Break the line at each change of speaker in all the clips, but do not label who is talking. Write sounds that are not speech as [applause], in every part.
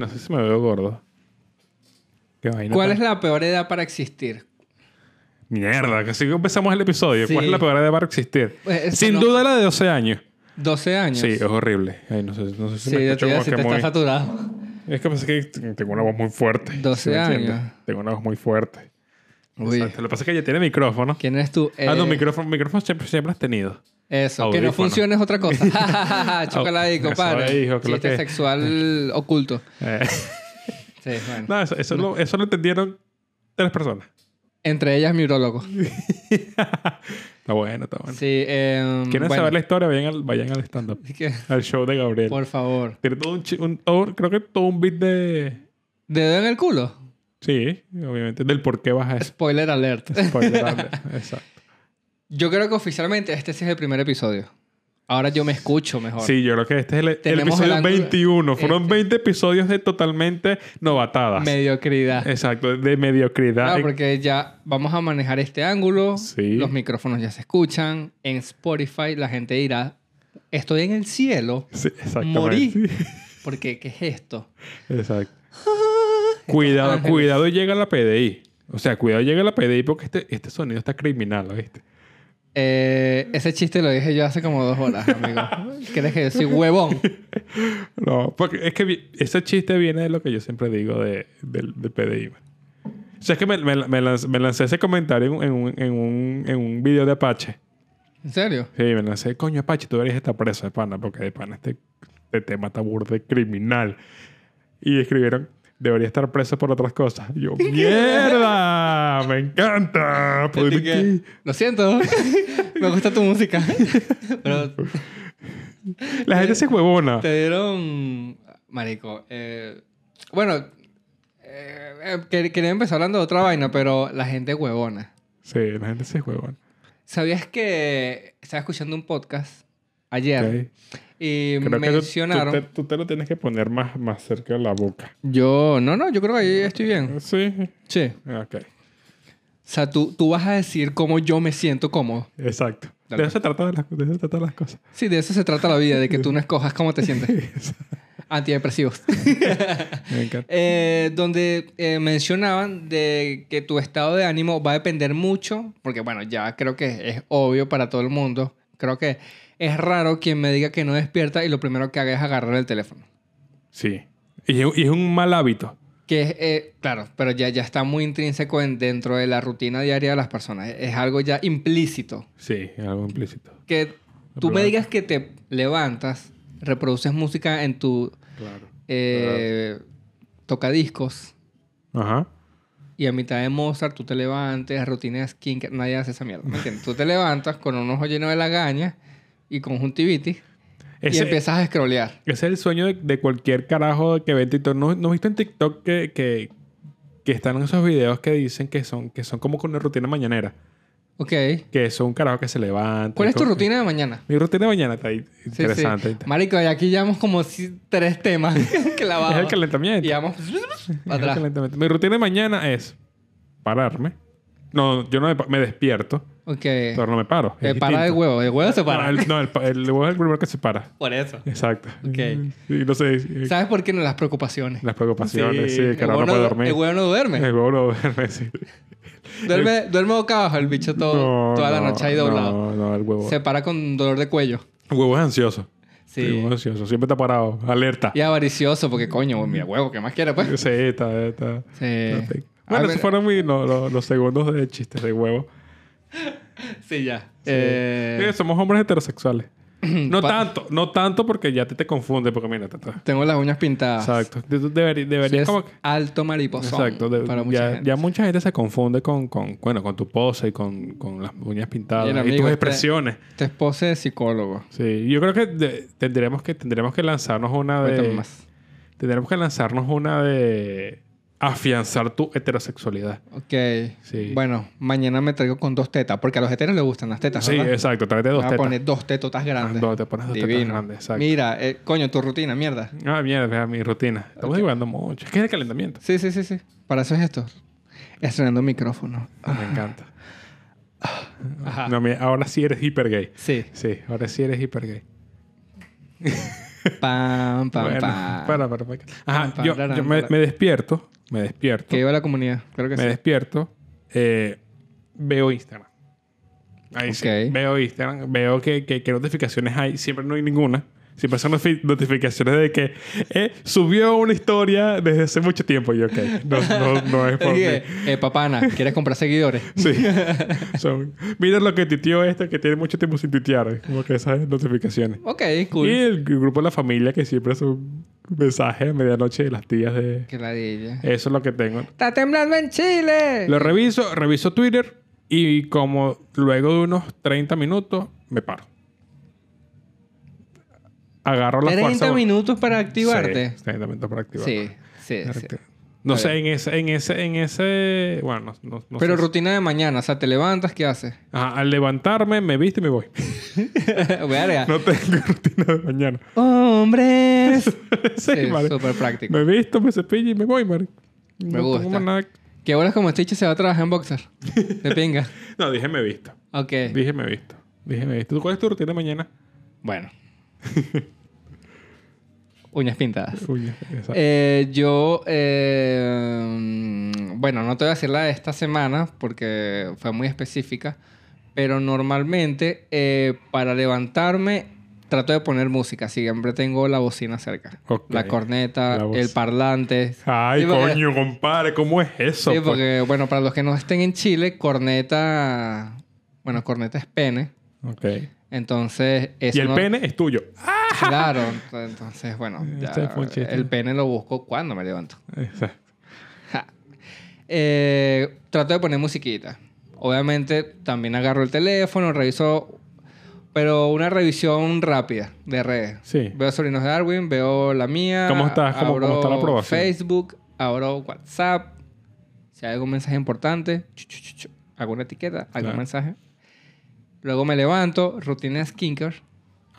veces me veo gordo. Qué vaina.
¿Cuál
tan-
es la peor edad para existir?
Mierda, que así que empezamos el episodio. ¿Cuál
Sí.
es la peor edad para existir?
Pues, eso
Sin
no-
duda la de 12 años.
12 años.
Sí, es horrible. Ay, no sé, no sé si
Sí,
me
yo te
escucho
iba a
como
decir,
que
te
muy...
estás saturado.
Es que pasa que tengo una voz muy fuerte.
12
¿sí me entiendes?
años.
Tengo una voz muy fuerte.
Uy.
Exacto. Lo que pasa es que ella tiene micrófono.
¿Quién eres tú?
Ah, no,
Eh,
micrófono, micrófono siempre, siempre has tenido.
Eso, que
Audífono.
no funcione es otra
[laughs]
cosa. [laughs] Chócala ahí,
Eso
compadre.
ahí, hijo, que lo
Chiste
que- [laughs]
sexual oculto.
Eh,
Sí, bueno.
no, eso, eso Lo, eso lo entendieron tres personas.
Entre ellas mi urólogo.
Está bueno, está bueno.
Sí, eh,
¿Quieren
bueno.
saber la historia? Vayan al, vayan al stand-up.
Así que,
Al show de Gabriel.
Por favor.
Tiene todo un, chi- un- todo- creo que todo un beat de...
¿Dedo en el culo?
Sí, obviamente. Del por qué vas a
[laughs]
eso.
Spoiler alert.
Spoiler alert. Exacto.
Yo creo que oficialmente este sí es el primer episodio. Ahora yo me escucho mejor.
Sí, yo creo que este es el, el
Tenemos el
episodio
ángulo-
21. Fueron
Este.
20 episodios de totalmente novatadas.
Mediocridad.
Exacto, de mediocridad.
Claro, porque ya vamos a manejar este ángulo.
Ah, Sí.
Los micrófonos ya se escuchan. En Spotify la gente dirá, estoy en el cielo.
Sí, exactamente.
Morí. Porque, ¿qué es esto?
Exacto. cuidado,
ángeles.
cuidado llega la PDI. O sea, cuidado llega la PDI porque este, este sonido está criminal, ¿viste?
Eh, ese chiste lo dije yo hace como dos horas, amigo. ¿Crees que yo soy huevón?
No, porque es que vi- ese chiste viene de lo que yo siempre digo de, del, del PDI. man. O sea, es que me, me- me lanz- me lancé ese comentario en, en un, en, un, en un video de Apache.
¿En serio?
Sí, me lancé, coño, Apache, tú deberías estar preso de pana, porque de pana este, este tema está burde criminal. Y escribieron, debería estar preso por otras cosas. Y
[laughs]
yo, ¡mierda! ¡Me encanta! ¿Por
Así que,
qué?
Lo siento. [laughs] Me gusta tu música. [laughs] Pero
La gente se huevona.
este te dieron... Marico. eh, bueno, eh, eh, quer- quería empezar hablando de otra vaina, pero la gente huevona.
Sí, la gente se huevona.
¿Sabías que estaba escuchando un podcast ayer
Ok.
y
Creo que tú-
mencionaron...
Tú, te, tú te lo tienes que poner más, más cerca de la boca.
Yo, no, no, yo creo que ahí estoy bien.
Sí.
Sí.
Ok.
O sea, tú, tú vas a decir cómo yo me siento cómodo.
Exacto.
Dale.
De eso se trata de las, de eso se trata las [laughs] cosas.
Sí, de eso se trata la vida, de que tú no escojas cómo te
[laughs]
sientes. Antidepresivos. [laughs]
Me encanta.
Eh, donde eh, mencionaban de que tu estado de ánimo va a depender mucho, porque bueno, ya creo que es obvio para todo el mundo. Creo que es raro quien me diga que no despierta y lo primero que haga es agarrar el teléfono.
Sí. Y es- y es un mal hábito.
Que es, eh, claro, pero ya, ya está muy intrínseco en- dentro de la rutina diaria de las personas. Es, es algo ya implícito.
Sí, es algo implícito.
Que tú me
verdad.
digas que te levantas, reproduces música en tu
Claro.
eh, tocadiscos
Ajá.
y a mitad de Mozart tú te levantes, rutinas skincare, nadie hace esa mierda. ¿me
[laughs]
entiendes? tú te levantas con un ojo lleno de lagaña y conjuntivitis y
Ese,
empiezas a scrollear.
ese es el sueño de, de cualquier carajo que ve en TikTok. ¿No, no has visto en TikTok que, que, que están esos videos que dicen que son, que son como con una rutina mañanera?
Ok.
Que son un carajo que se levanta.
¿Cuál es tu
Como-
rutina de mañana?
Mi rutina de mañana está ahí.
Sí, sí.
interesante.
Marico, y aquí llevamos como si- tres temas [laughs] clavados.
Es el calentamiento.
[laughs] Y vamos
Es el
atrás.
calentamiento. Mi rutina de mañana es pararme. No, yo no me, pa- me despierto,
Ok.
pero no me paro.
Eh,
Es
para el
distinto.
huevo. El huevo se
No,
para.
el, no, el pa- el huevo es el primero que se para.
Por eso.
Exacto.
Ok.
Y no sé, eh,
¿Sabes por qué no las preocupaciones?
las preocupaciones, sí, el
el,
carajo
huevo
no puede
no,
dormir. Eh,
el huevo no duerme.
El huevo no duerme, sí.
Duerme, duerme boca abajo el bicho todo,
eh. No,
toda la
no,
noche ahí doblado.
No, no, el huevo.
Se para con dolor de cuello.
El huevo es ansioso.
Sí.
El huevo es ansioso. Siempre está parado. Alerta.
Y avaricioso, porque coño, mira, huevo, ¿qué más quiere, pues?
Sí, está, está.
Sí, Ah, A
Bueno,
ver-
esos fueron mis- no, lo- los segundos de chistes de huevo.
sí ya.
Sí.
Eh,
Mira, somos hombres
[clears throat]
heterosexuales. No
pa-
tanto, no tanto porque ya te, te confunde, porque mira, ta- ta.
Tengo las uñas pintadas.
exacto. Tú deberí-
Ah. Sí,
deberías
es
como que-
alto mariposón.
Exacto, de-
para mucha
ya,
gente.
ya mucha gente se confunde con, con, bueno, con tu pose y con, con las uñas pintadas
Mira,
y
amigo,
tus
este-
expresiones.
Tu esposa es psicólogo.
Sí, yo creo que de- tendremos que tendremos que lanzarnos una
Cuéntame
de
más.
tendremos que lanzarnos una de afianzar tu heterosexualidad.
Ok.
Sí.
Bueno, mañana me traigo con dos tetas, porque a los heteros les gustan las tetas,
sí,
¿verdad?
exacto, tráete
Me
dos
voy a
tetas.
poner dos tetotas grandes.
Ah, dos, te pones dos tetas
Divino.
grandes, exacto.
Mira, eh, coño, tu rutina, mierda.
Ah, mierda, vea mi rutina. Estamos jugando mucho. Es que es el calentamiento.
Sí, sí, sí, sí. Para eso es esto. Estrenando micrófono.
Me encanta.
Ajá.
No, mira, ahora sí eres hiper gay.
Sí.
Sí, ahora sí eres hiper gay.
Pam, pam,
Bueno,
pam.
para, para, para. Ajá,
pam,
yo,
tarán,
yo me,
para.
me despierto, me despierto,
Que iba la comunidad, creo que
me
sí.
despierto, eh, veo Instagram. Ahí sí,
Ok.
veo Instagram, veo que, que, que notificaciones hay, siempre no hay ninguna. Siempre son notifi- notificaciones de que eh, subió una historia desde hace mucho tiempo. Y yo, ok, no, no, no
[laughs]
es por mí.
Dije, eh, papana, ¿quieres comprar seguidores?
Sí. [laughs] Son, mira lo que tuiteó este que tiene mucho tiempo sin tuitear. Como que esas notificaciones.
Ok, cool.
Y el grupo de la familia que siempre son mensajes a medianoche de las tías de...
Que la de ella.
Eso es lo que tengo.
¡Está temblando en Chile!
Eh. Lo reviso, reviso Twitter y como luego de unos 30 minutos me paro. Agarro la
30
fuerza.
minutos para
Sí,
activarte.
30 minutos para activar.
Sí, sí, sí.
No
Está
sé, en ese, en ese, en ese... Bueno, no, no- no
Pero
sé.
rutina de mañana, o sea, te levantas, ¿qué
[laughs]
haces?
Ajá, al levantarme, me visto y me voy.
Verga.
No tengo [laughs] rutina de mañana.
Hombres.
[laughs] sí,
Sí,
marico.
súper práctico.
Me he visto, me cepillo y me voy, marico.
Me
no
gusta.
Tengo más nada...
Que ahora como Stitch se va a trabajar
[laughs]
en boxer. De pinga.
No, dije me he visto.
Ok.
Dije me he visto. Dije me he visto. ¿Tú cuál es tu rutina de mañana?
Bueno. Uñas pintadas.
Uy, esa-
Eh, yo, eh, mm, bueno, no te voy a decir la de esta semana porque fue muy específica, pero normalmente eh, para levantarme trato de poner música, siempre tengo la bocina cerca,
Ok.
la corneta,
La voz.
el parlante.
Ay,
Sí, porque-
coño, compadre, ¿cómo es eso?
Sí,
pues?
porque, bueno, para los que no estén en Chile, corneta, bueno, corneta es pene,
pues? Ok.
entonces...
Y
eso
el
no-
pene es tuyo. Ah,
Claro, entonces, bueno, ya,
[laughs] Este fue un chiste.
el pene lo busco cuando me levanto.
Exacto.
Ja. Eh, trato de poner musiquita. Obviamente también agarro el teléfono, reviso, pero una revisión rápida de redes.
Sí.
Veo Sobrinos de Darwin, veo la mía.
¿Cómo estás? ¿Cómo- cómo está la
abro
aprobación?
Facebook, abro WhatsApp. Si hay algún mensaje importante, chu, chu, chu, chu, hago una etiqueta, algún
Claro.
mensaje. Luego me levanto, rutina skincare.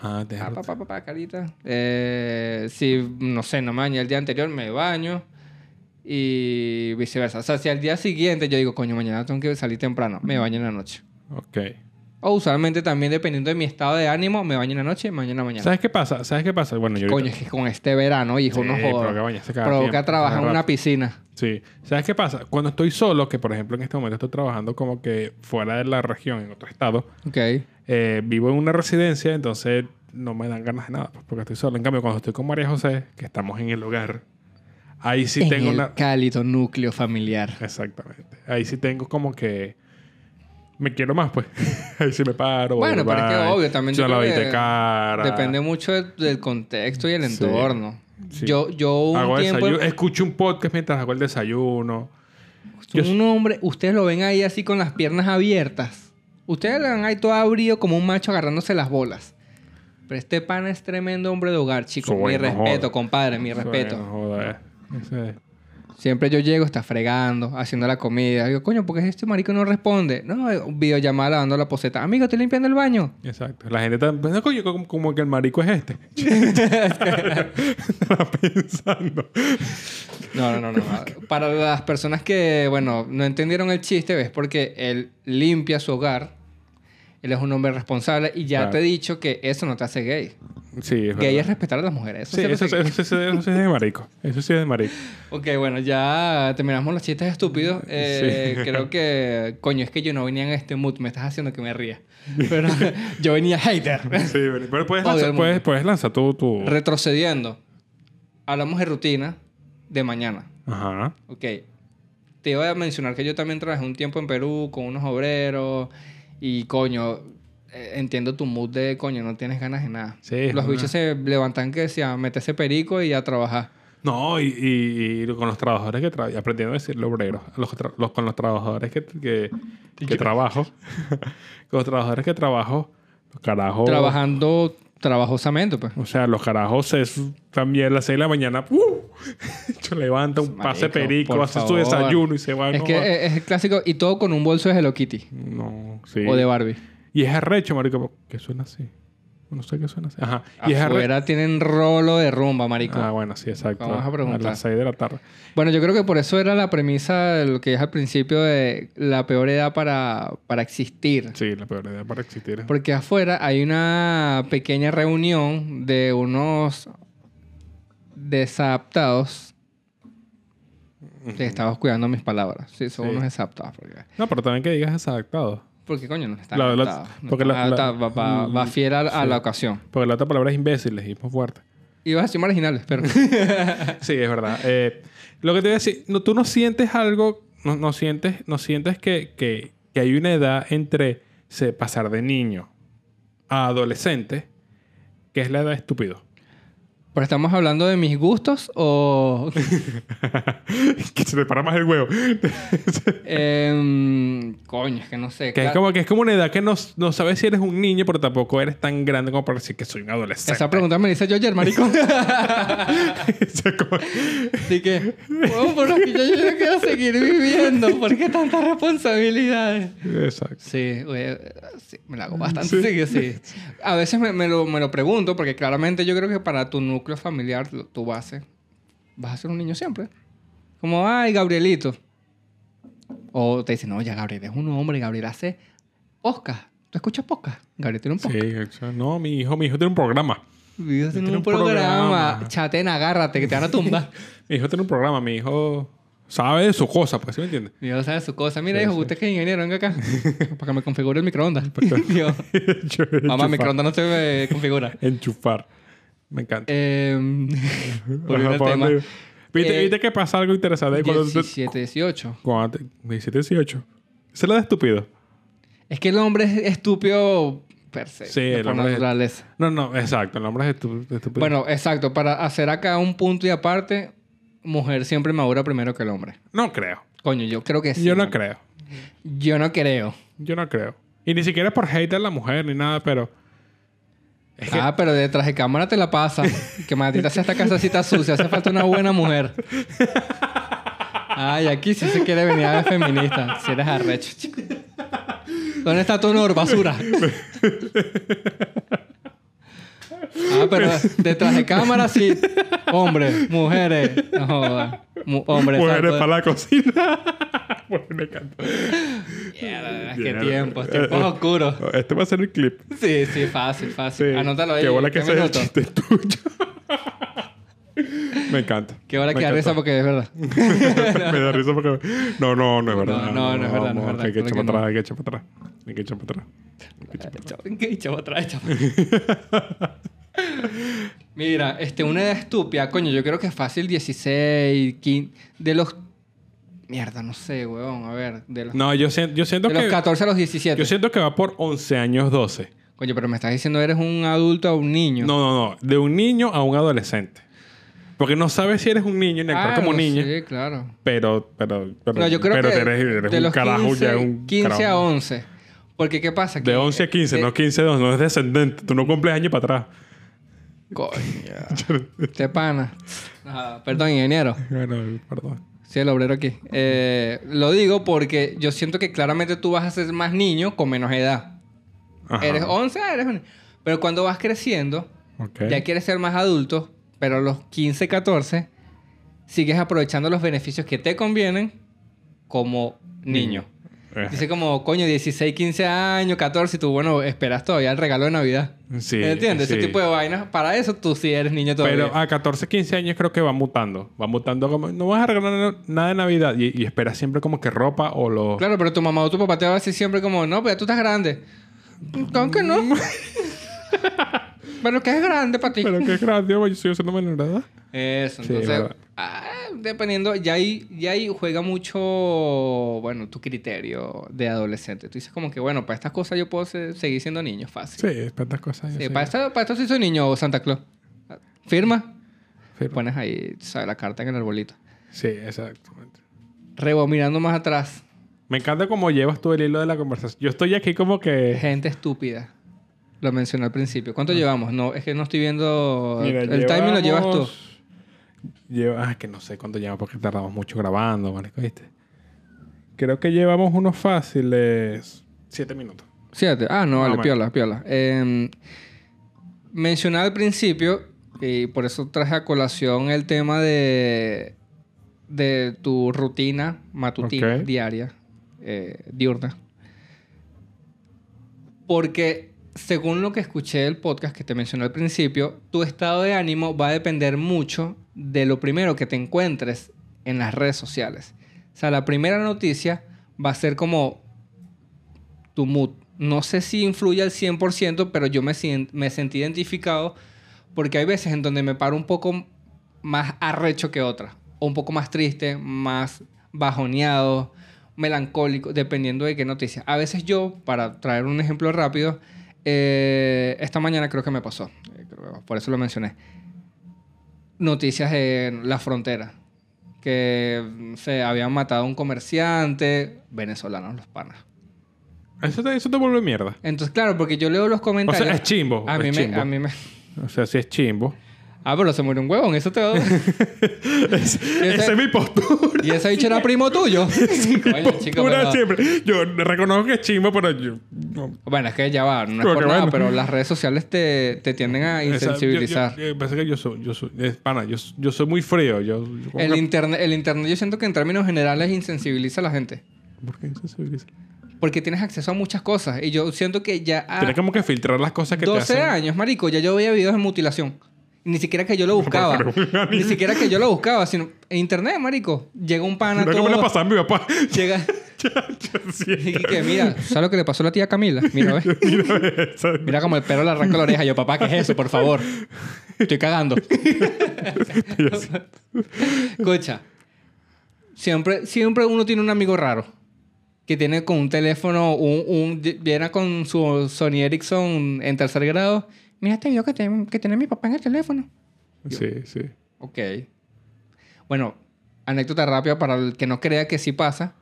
Ah, te
Pa, pa, pa, pa, pa, carita. Eh, si, no sé, no me bañé el día anterior, me baño. Y viceversa. O sea, si al día siguiente yo digo, coño, mañana tengo que salir temprano, me baño en la noche.
Ok.
O usualmente también, dependiendo de mi estado de ánimo, me baño en la noche y mañana mañana.
¿Sabes qué pasa? ¿Sabes qué pasa? Bueno, yo
Coño,
ahorita...
es que con este verano, hijo,
Sí,
no
provoca
jodas.
bañarse cada
Provoca
tiempo,
trabajar
cada
en una
rato.
piscina.
Sí. ¿Sabes qué pasa? Cuando estoy solo, que por ejemplo en este momento estoy trabajando como que fuera de la región, en otro estado,
Ok.
eh, vivo en una residencia, entonces no me dan ganas de nada, pues, porque estoy solo. En cambio, cuando estoy con María José, que estamos en el hogar, ahí sí
en
tengo
el
una...
cálido núcleo familiar.
Exactamente. Ahí sí tengo como que... Me quiero más, pues. [laughs] ahí sí me paro. voy
Bueno,
al
pero es que
baño,
obvio, también
echo
yo
la
creo
lavadita de
que
cara.
Depende mucho de- del contexto y el
Sí,
entorno.
sí.
Yo, yo un
Hago
tiempo...
desayuno. Escucho un podcast mientras hago el desayuno. Yo-
un hombre, ustedes lo ven ahí así con las piernas abiertas. Ustedes lo ven ahí todo abrido como un macho agarrándose las bolas. Pero este pana es tremendo hombre de hogar, chicos.
Soy,
mi
no
respeto,
joda.
compadre, mi respeto.
Bueno, joder. Ese es.
Siempre yo llego, está fregando, haciendo la comida. Digo, coño, ¿por qué este marico no responde? No, eh, videollamada lavando la poseta. Amigo, estoy limpiando el baño.
Exacto. La gente está... No, coño, como, como que el marico es
[laughs]
este. [laughs] Estaba pensando.
No, no, no, no.
[laughs]
Para las personas que, bueno, no entendieron el chiste, ves, porque él limpia su hogar. Él es un hombre responsable y ya
Claro.
te he dicho que eso no te hace gay.
Sí, es
Gay
verdad.
es respetar a las mujeres. Eso
Sí,
sí lo
eso,
sé.
sí- eso sí- eso sí es de marico. Eso sí es de marico.
Ok, bueno, ya terminamos los chistes estúpidos. Eh,
[laughs] Sí.
Creo que, coño, es que yo no venía en este mood. Me estás haciendo que me ría. Pero [laughs] yo venía hater.
Sí, pero puedes
[laughs] Odio al
lanzar,
mundo.
puedes, puedes lanzar tu... tu...
Retrocediendo. Hablamos de rutina de mañana.
Ajá.
Ok. Te iba a mencionar que yo también trabajé un tiempo en Perú con unos obreros. Y, coño, eh, entiendo tu mood de, coño, no tienes ganas de nada.
Sí, es
Los
una-
bichos se levantan que decían, meterse perico y a trabajar.
No, y, y- y con los trabajadores que trabajo, aprendiendo a decirle obreros, los, tra- los- con los trabajadores que, que, que trabajo, [laughs] con los trabajadores que trabajo, los carajos.
Trabajando trabajosamente, pues.
O sea, los carajos es también a las 6 de la mañana, ¡uh! [laughs] Yo levanta un pase
Marico,
perico,
por
hace su
favor.
desayuno y se va.
Es
no,
que eh,
va.
es, es el clásico y todo con un bolso de Hello Kitty
no, sí.
o de Barbie.
Y es arrecho, marico, que suena así. No sé qué suena así. Ajá. Y es arre-
Afuera tienen rolo de rumba, marico.
Ah, bueno, sí, exacto.
Vamos a preguntar.
las 6 de la tarde.
Bueno, yo creo que por eso era la premisa de lo que es al principio de la peor edad para, para existir.
Sí, la peor idea para existir. es-
Porque afuera hay una pequeña reunión de unos desadaptados. Sí, estaba cuidando mis palabras. Sí, son
Sí.
unos desadaptados. Porque,
No, pero también que digas desadaptado.
porque coño, no están
La- la-
adaptados. No
porque
están
la- Mm, la-
adaptados, va, va- va fiel a, a la ocasión.
Porque la otra palabra es imbéciles y es más fuerte.
[laughs] Y vas a ser marginales,
[laughs]
pero...
Sí, es verdad. Eh, lo que te voy a decir, no, tú no sientes algo, no, no sientes, no sientes que, que- que hay una edad entre se- pasar de niño a adolescente, que es la edad estúpido. [laughs]
¿Pero estamos hablando de mis gustos o...? [laughs]
que se te para más el huevo.
Em, coño, es que no sé.
que, es
Claro,
como, que es como una edad que no, no sabes si eres un niño, pero tampoco eres tan grande como para decir que soy un adolescente.
Esa pregunta me la hice yo ayer,
[laughs]
marico.
Es como-
Así que, huevón, por aquí yo, yo no quiero seguir viviendo. ¿Por qué tantas responsabilidades?
Exacto.
Sí, oye, sí, me la hago bastante seguido, sí. A veces me, me lo, me lo pregunto, porque claramente yo creo que para tu núcleo familiar, lo- tu base, vas a ser un niño siempre. Como, ay, Gabrielito. O te dicen, no, ya Gabriel es un hombre, Gabriel hace podcast. ¿Tú escuchas podcast? Gabriel tiene un
Sí,
podcast.
exacto. No, mi hijo, mi hijo tiene un programa.
Mi hijo tiene
Tiene
un,
un
programa.
programa.
Chaten, agárrate, que te van a tumbar.
Mi hijo tiene un programa, mi hijo sabe de su cosa, pues, ¿sí me [laughs] entiendes?
Mi hijo sabe su cosa. Mira,
Sí,
hijo,
sí.
usted que es ingeniero, venga acá. para que me configure el microondas. [laughs] Yo,
Yo-
Mamá,
enchufar.
el microondas no se me configura.
Enchufar. Me encanta.
Eh,
[laughs]
volviendo
Ajá,
al
¿para
tema.
dónde? ¿Viste,
Eh,
viste que pasa algo interesante cuando, te-
17, 18.
cuando te- 17, 18. Se la da estúpido.
Es que el hombre es estúpido per se.
Sí, el
por
hombre es-
naturaleza.
No, no, exacto. El nombre es estu- estúpido.
Bueno, exacto. Para hacer acá un punto y aparte, mujer siempre madura primero que el hombre.
no creo.
Coño, yo creo que sí.
Yo no
man.
creo.
Yo no creo.
Yo no creo. Y ni siquiera es por hater la mujer ni nada, pero. Es que,
Ah, pero detrás de cámara te la pasa. que maldita sea esta casacita sucia. Hace falta una buena mujer. Ay, aquí sí se quiere venir a ver feminista. Si eres arrecho, chico. ¿Dónde está tu honor, basura? Ah, pero detrás de cámara sí. Hombres, mujeres. No jodas. Mu- hombres.
mujeres
exacto.
para la cocina. [laughs] Bueno, me encanta.
Mierda, Qué
Mierda.
tiempos, tiempos oscuros.
Este va a ser el clip.
Sí, sí, fácil, fácil.
Sí.
Anótalo ahí.
Qué bola que
¿Qué
ese es el
minuto?
chiste tuyo. [laughs] me encanta.
Qué hora
Me
que da risa
encantó.
porque es verdad.
[laughs] me da risa porque. No, no, no es verdad.
No, no, no es verdad, no
vamos,
es verdad,
Hay que echar
claro que
para atrás, hay que echar para atrás. Hay que echar para atrás. Hay que echar para atrás.
¿Qué chavo atrás, chavo? [laughs] Mira, este, una edad estúpida, coño, yo creo que es fácil 16, 15, de los... Mierda, no sé, weón, a ver, de los,
No, yo, sien- yo siento
de los
que.
14 a los 17.
Yo siento que va por 11 años 12.
Coño, pero me estás diciendo eres un adulto o un niño.
No, no, no. De un niño a un adolescente. Porque no sabes si eres un niño ni actuar
Claro,
como niño.
Ah, Sí, claro.
Pero, pero, pero,
No, yo creo
pero
que
eres, eres
de
un
los
carajo
15,
ya un
15 a
carajo.
11. Porque, ¿qué pasa?
De
Que- eh,
11 a 15,
de-
no 15 a 12. No es descendente. Tú no cumples años para atrás. [laughs]
Coño. Te Este pana. Ah, perdón, ingeniero.
Bueno, perdón.
Sí, el obrero aquí. Eh, lo digo porque yo siento que claramente tú vas a ser más niño con menos edad.
Ajá.
Eres 11, ah, eres un... Pero cuando vas creciendo,
Ok.
ya quieres ser más adulto, pero a los 15, 14, sigues aprovechando los beneficios que te convienen como niño.
Ajá.
Dice como, coño, 16, 15 años, 14, y tú, bueno, esperas todavía el regalo de Navidad.
Sí,
¿Entiendes?
sí.
Ese tipo de vainas. Para eso tú sí eres niño todavía.
Pero a 14, 15 años creo que va mutando. Va mutando como, no vas a regalar nada de Navidad. Y, y espera siempre como que ropa o lo...
Claro, pero tu mamá o tu papá te va a decir siempre como, no, pues ya tú estás grande. ¿Cómo que no?
[laughs]
pero que es grande para ti.
Pero qué grande, yo estoy haciendo menor de edad.
Eso,
Sí,
entonces,
verdad.
ah, dependiendo, ya ahí, ya ahí juega mucho, bueno, tu criterio de adolescente. Tú dices como que, bueno, para estas cosas yo puedo ser- seguir siendo niño, fácil. Eh,
Sí, tantas cosas. yo
Sí,
sé.
para, esto, para esto sí soy niño o Santa Claus. Firma,
Sí,
pones ahí, tú ¿sabes? La carta en el arbolito.
sí, exactamente.
Rebo, mirando más atrás,
Me encanta cómo llevas tú el hilo de la conversación. Yo estoy aquí como
[laughs]
que... Ah.
gente estúpida. Lo mencioné al principio. ¿Cuánto llevamos? No, es que no estoy viendo...
Mira,
el timing lo llevas tú.
llevamos- Lleva... Ah, que no sé cuánto lleva porque tardamos mucho grabando, marico, ¿viste? Creo que llevamos unos fáciles... Siete minutos.
Siete. Ah, no,
Más o
vale,
menos.
piola, piola. Eh, mencionaba al principio, y por eso traje a colación el tema de, de tu rutina matutina,
Ok.
diaria, eh, diurna. Porque según lo que escuché del podcast que te mencioné al principio, tu estado de ánimo va a depender mucho de lo primero que te encuentres en las redes sociales. O sea, la primera noticia va a ser como tu mood. No sé si influye al 100%, pero yo me, sien- me sentí identificado porque hay veces en donde me paro un poco más arrecho que otras. O un poco más triste, más bajoneado, melancólico, dependiendo de qué noticia. A veces yo, para traer un ejemplo rápido, eh, esta mañana creo que me pasó. eh, creo- Por eso lo mencioné. Noticias en la frontera. Que se habían matado a un comerciante venezolano, los panas.
Eso te, eso te vuelve mierda.
Entonces, claro, porque yo leo los
O
comentarios.
sea, es chimbo.
A mí,
es
me,
chimbo.
a mí me.
O sea, si es
[laughs]
chimbo.
Ah, pero se murió un huevón, eso te va
[laughs]
a doler. ese-
Esa es mi
[laughs]
postura.
Y ese bicho era primo
[laughs]
tuyo. Coño, chico,
Pura
pero-
siempre. Yo reconozco que es chimbo, pero yo. no.
Bueno, es que ya va, no es
Creo
por
que
nada,
bueno.
pero las redes sociales te, te tienden a
Esa-
insensibilizar.
Yo, yo- yo- pasa que yo soy. Yo soy es pana, yo, yo soy muy frío. Yo, yo como
el,
que-
internet, el internet yo siento que en términos generales insensibiliza a la gente.
¿Por qué insensibiliza?
Porque tienes acceso a muchas cosas. Y yo siento que ya a
Tienes como que filtrar las cosas que
12
te hacen.
Ah. años, marico, ya yo veía videos de mutilación. Ni siquiera que yo lo
[laughs]
buscaba.
pero-
Ni siquiera que yo lo buscaba, sino en internet, marico. Llega un pana
No es que me la
todo-
pasaba a mi papá. [laughs]
Llega... [laughs] Y
Siento.
que mira, ¿sabes lo que le pasó a la tía Camila? Mira, ¿ves?
Mira eso.
Mira como el perro le arranca la oreja. Yo, papá, ¿qué es eso? Por favor. Estoy cagando. [laughs] Escucha. Siempre, siempre uno tiene un amigo raro. Que tiene con un teléfono, un, un- viene con su Sony Ericsson en tercer grado. Mira este video que, te- que tiene mi papá en el teléfono.
Sí, sí.
Ok. Bueno, anécdota rápida para el que no crea que sí pasa.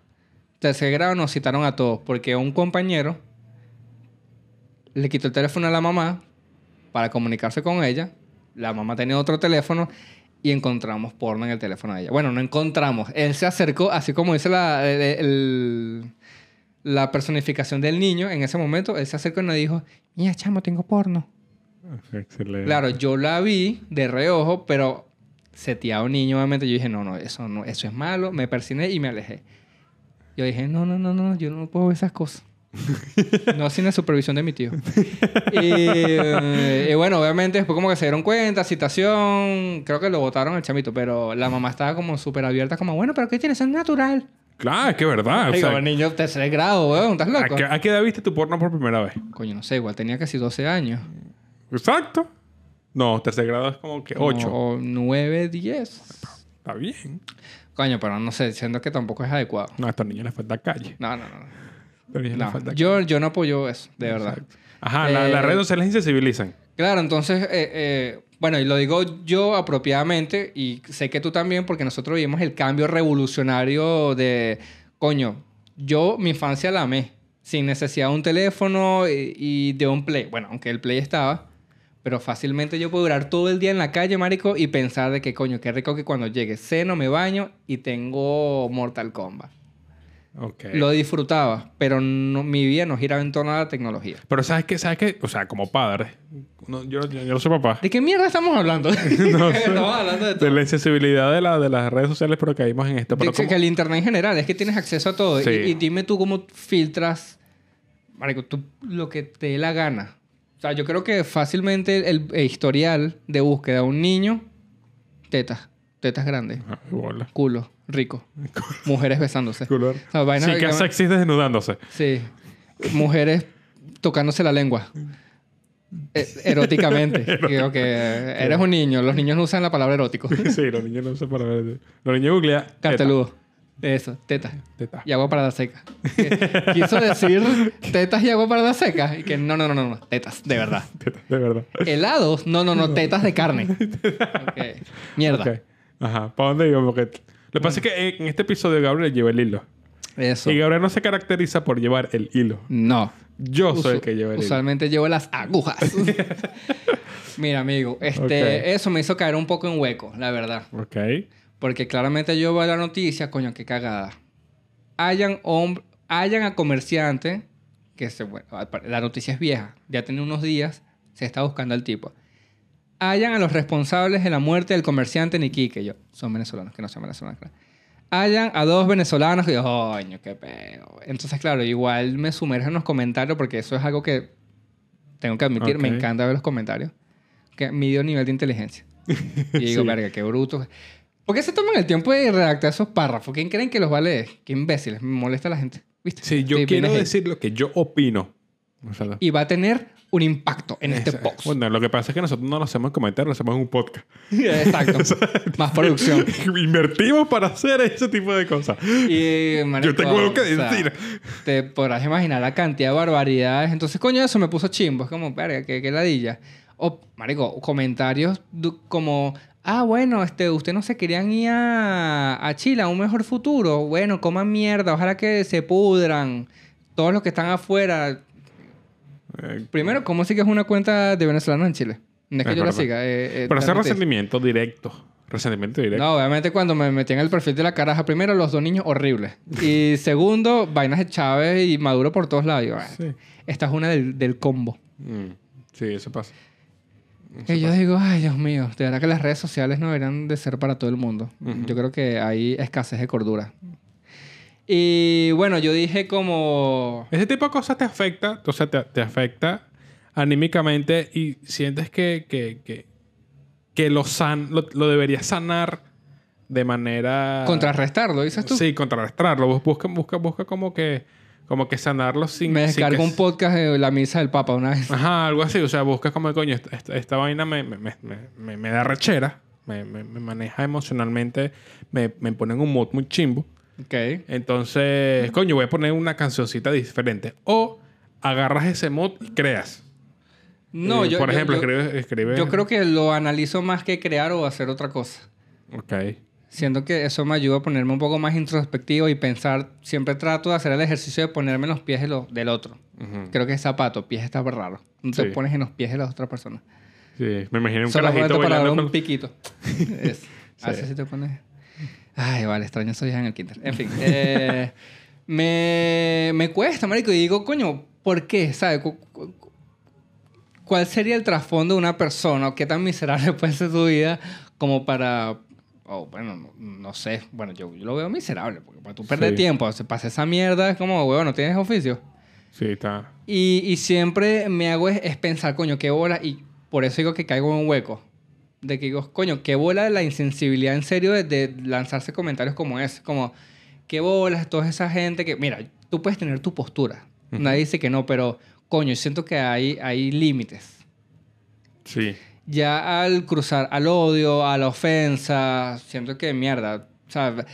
Tercer grado nos citaron a todos porque un compañero le quitó el teléfono a la mamá para comunicarse con ella. La mamá tenía otro teléfono y encontramos porno en el teléfono de ella. Bueno, no encontramos. Él se acercó, así como dice la, el- el- la personificación del niño en ese momento, él se acercó y nos dijo, mira, chamo, tengo porno.
Excelente.
Claro, yo la vi de reojo, pero seteado niño, obviamente. Yo dije, no, no, eso no, eso es malo. Me persiné y me alejé. Yo dije, no, no, no, no, yo no puedo ver
[laughs]
esas cosas. No sin la supervisión de mi tío. Y, eh, y bueno, obviamente después como que se dieron cuenta, citación, creo que lo votaron al chamito, pero la mamá estaba como súper abierta, como, bueno, pero ¿qué tienes? Eso es natural.
Claro, es que es verdad. o
Digo,
sea,
niño, tercer grado, weón, ¿estás
¿a,
loco?
qué, a qué edad viste tu porno por primera vez?
Coño, no sé, igual tenía casi 12 años.
Exacto. No, tercer grado es como que 8.
O 9, 10.
Está bien.
Coño, pero no sé, siento que tampoco es adecuado.
No, a estos niños les falta calle.
No, no, no.
A estos niños les
no.
falta
Yo, yo no apoyo eso, de verdad.
Exacto. Ajá, la-
Eh,
las redes sociales insensibilizan.
Claro, entonces, eh, eh, bueno, y lo digo yo apropiadamente y sé que tú también, porque nosotros vimos el cambio revolucionario de, coño, yo mi infancia la amé, sin necesidad de un teléfono y, y de un play. Bueno, aunque el play estaba, pero fácilmente yo puedo durar todo el día en la calle, marico, y pensar de que, coño, qué rico que cuando llegue ceno, me baño y tengo Mortal Kombat.
Ok.
Lo disfrutaba, pero no- mi vida no giraba en torno a la tecnología.
Pero ¿sabes qué? ¿Sabes qué? O sea, como padre. uno- yo, yo, yo no soy papá.
¿De qué mierda estamos
[laughs]
hablando? [laughs]
No sé.
Estamos hablando de todo.
De la insensibilidad de, la, de las redes sociales, pero caímos en esto. Pero
De- que-
como-
que el internet en general, es que tienes acceso a todo.
Sí.
Y, y dime tú cómo filtras, marico, tú lo que te dé la gana. O sea, yo creo que fácilmente el, el historial de búsqueda de un niño, tetas, tetas grandes,
Ah, bola.
culo,
[laughs]
rico, mujeres besándose.
Color.
O sea, vainas-
Chicas sexys desnudándose. [laughs]
Sí. Mujeres tocándose la lengua. E-
[laughs]
eróticamente. Digo que eres un niño. Los niños no usan la
[laughs]
palabra erótico.
sí, los niños no usan para ver. Los niños googlean. teta,
Carteludo. Eso, tetas.
teta.
Y agua para la seca. Que Quiso decir tetas y agua para la seca. Y que no, no, no, no, no. Tetas, de verdad.
Teta, de verdad.
Helados, no, no, no, tetas de carne. Ok. Mierda.
Ok. Ajá. ¿Para dónde iba? Porque... Lo que pasa es que en este episodio Gabriel lleva el hilo.
Eso.
Y Gabriel no se caracteriza por llevar el hilo.
No.
Yo soy
Usu-
el que lleva el hilo.
Usualmente llevo las agujas.
[laughs]
Mira, amigo, este,
Ok.
eso me hizo caer un poco en hueco, la verdad.
Ok.
Porque claramente yo veo la noticia, coño, qué cagada. Hayan, hom- hayan a comerciante, que se, bueno, la noticia es vieja, ya tiene unos días, se está buscando al tipo. Hallan a los responsables de la muerte del comerciante en Iquique. Yo, son venezolanos, que no son venezolanos, claro. Hallan a dos venezolanos y yo, coño, qué pedo. Entonces, claro, igual me sumerjo en los comentarios porque eso es algo que tengo que admitir, me
Ok.
encanta ver los comentarios. Que midió nivel
[laughs]
de inteligencia. Y digo,
Sí.
verga, qué bruto. ¿Por qué se toman el tiempo de redactar esos párrafos? ¿Quién creen que los va a leer? Qué imbéciles, me molesta a la gente. ¿Viste?
Sí, yo
Te viene
quiero
hate.
decir lo que yo opino. O sea,
Y va a tener un impacto en este
esa-
post.
Bueno, lo que pasa es que nosotros no lo hacemos en comentarios, lo hacemos en un podcast. [laughs]
Exacto. Más producción.
Invertimos para hacer ese tipo de cosas.
Y, marico,
[laughs] Yo tengo que
o sea,
decir.
te podrás imaginar la cantidad de barbaridades. Entonces, coño, eso me puso chimbo. Es como, verga, qué, qué ladilla. O, marico, comentarios du- como... Ah, bueno, este, ustedes no se querían ir a, a Chile, a un mejor futuro. Bueno, coman mierda, ojalá que se pudran. Todos los que están afuera.
Eh,
Primero, ¿cómo sigues una cuenta de venezolanos en Chile? No es que
Es
yo la
verdad.
siga. eh, eh,
Pero hacer
realmente-
resentimiento directo. Resentimiento directo.
No, obviamente cuando me metí en el perfil de la caraja, primero los dos niños
[laughs]
horribles. Y segundo, vainas de Chávez y Maduro por todos lados. Y yo, "Ah,
Sí.
Esta es una del, del combo.
Mm, sí, eso pasa.
Y yo digo, ay Dios mío, de verdad que las redes sociales no deberían de ser para todo el mundo.
Ujú.
Yo creo que hay escasez de cordura. Y bueno, yo dije como...
Ese tipo de cosas te afecta, o sea, te, te afecta anímicamente y sientes que, que, que, que lo, san, lo, lo deberías sanar de manera...
Contrarrestarlo, dices tú.
Ah. Sí, contrarrestarlo. Vos busca, busca, busca como que, como que sanarlo sin...
me
sin
descargo
que-
un podcast de la misa del Papa una
[laughs]
vez.
Ajá, algo así. O sea, buscas como, coño, esta, esta- esta vaina me, me, me, me- me da rechera, me, me- me maneja emocionalmente, me, me pone en un mood muy chimbo.
Ok.
Entonces, coño, voy a poner una cancioncita diferente. O agarras ese mod y creas.
No,
Eh,
yo...
Por
yo-
ejemplo,
yo-
escribe, escribe-
yo creo que lo analizo más que crear o hacer otra cosa.
Ok.
Siento que eso me ayuda a ponerme un poco más introspectivo y pensar. Siempre trato de hacer el ejercicio de ponerme en los pies de lo- del otro.
Ujú.
Creo que es zapato, pies está raro. No te
Sí.
pones en los pies de las otras personas.
Sí, me imaginé un
Solo
carajito
para dar
bailando
un
con... [laughs]
piquito. Es- [laughs] Así sí te pones. Ay, vale, extraño soy en el kinder. En fin.
[laughs]
eh, me, me cuesta, marico. Y digo, coño, ¿por qué? ¿Sabes? Cu- cu- cu- ¿Cuál sería el trasfondo de una persona? ¿O qué tan miserable [laughs] puede ser su vida como para... Oh, bueno, no, no sé. Bueno, yo, yo lo veo miserable. Porque para tú perder
Sí.
tiempo, se pasa esa mierda, es como, huevón, no tienes oficio.
Sí, está.
Y, y siempre me hago es, es pensar, coño, qué bola. Y por eso digo que caigo en un hueco. De que digo, coño, qué bola la insensibilidad en serio de, de lanzarse comentarios como ese. Como, qué bolas, toda esa gente que... Mira, tú puedes tener tu postura. Nadie dice que no, pero coño, siento que hay, hay límites.
Sí.
Ya al cruzar al odio, a la ofensa, siento que mierda. O sea,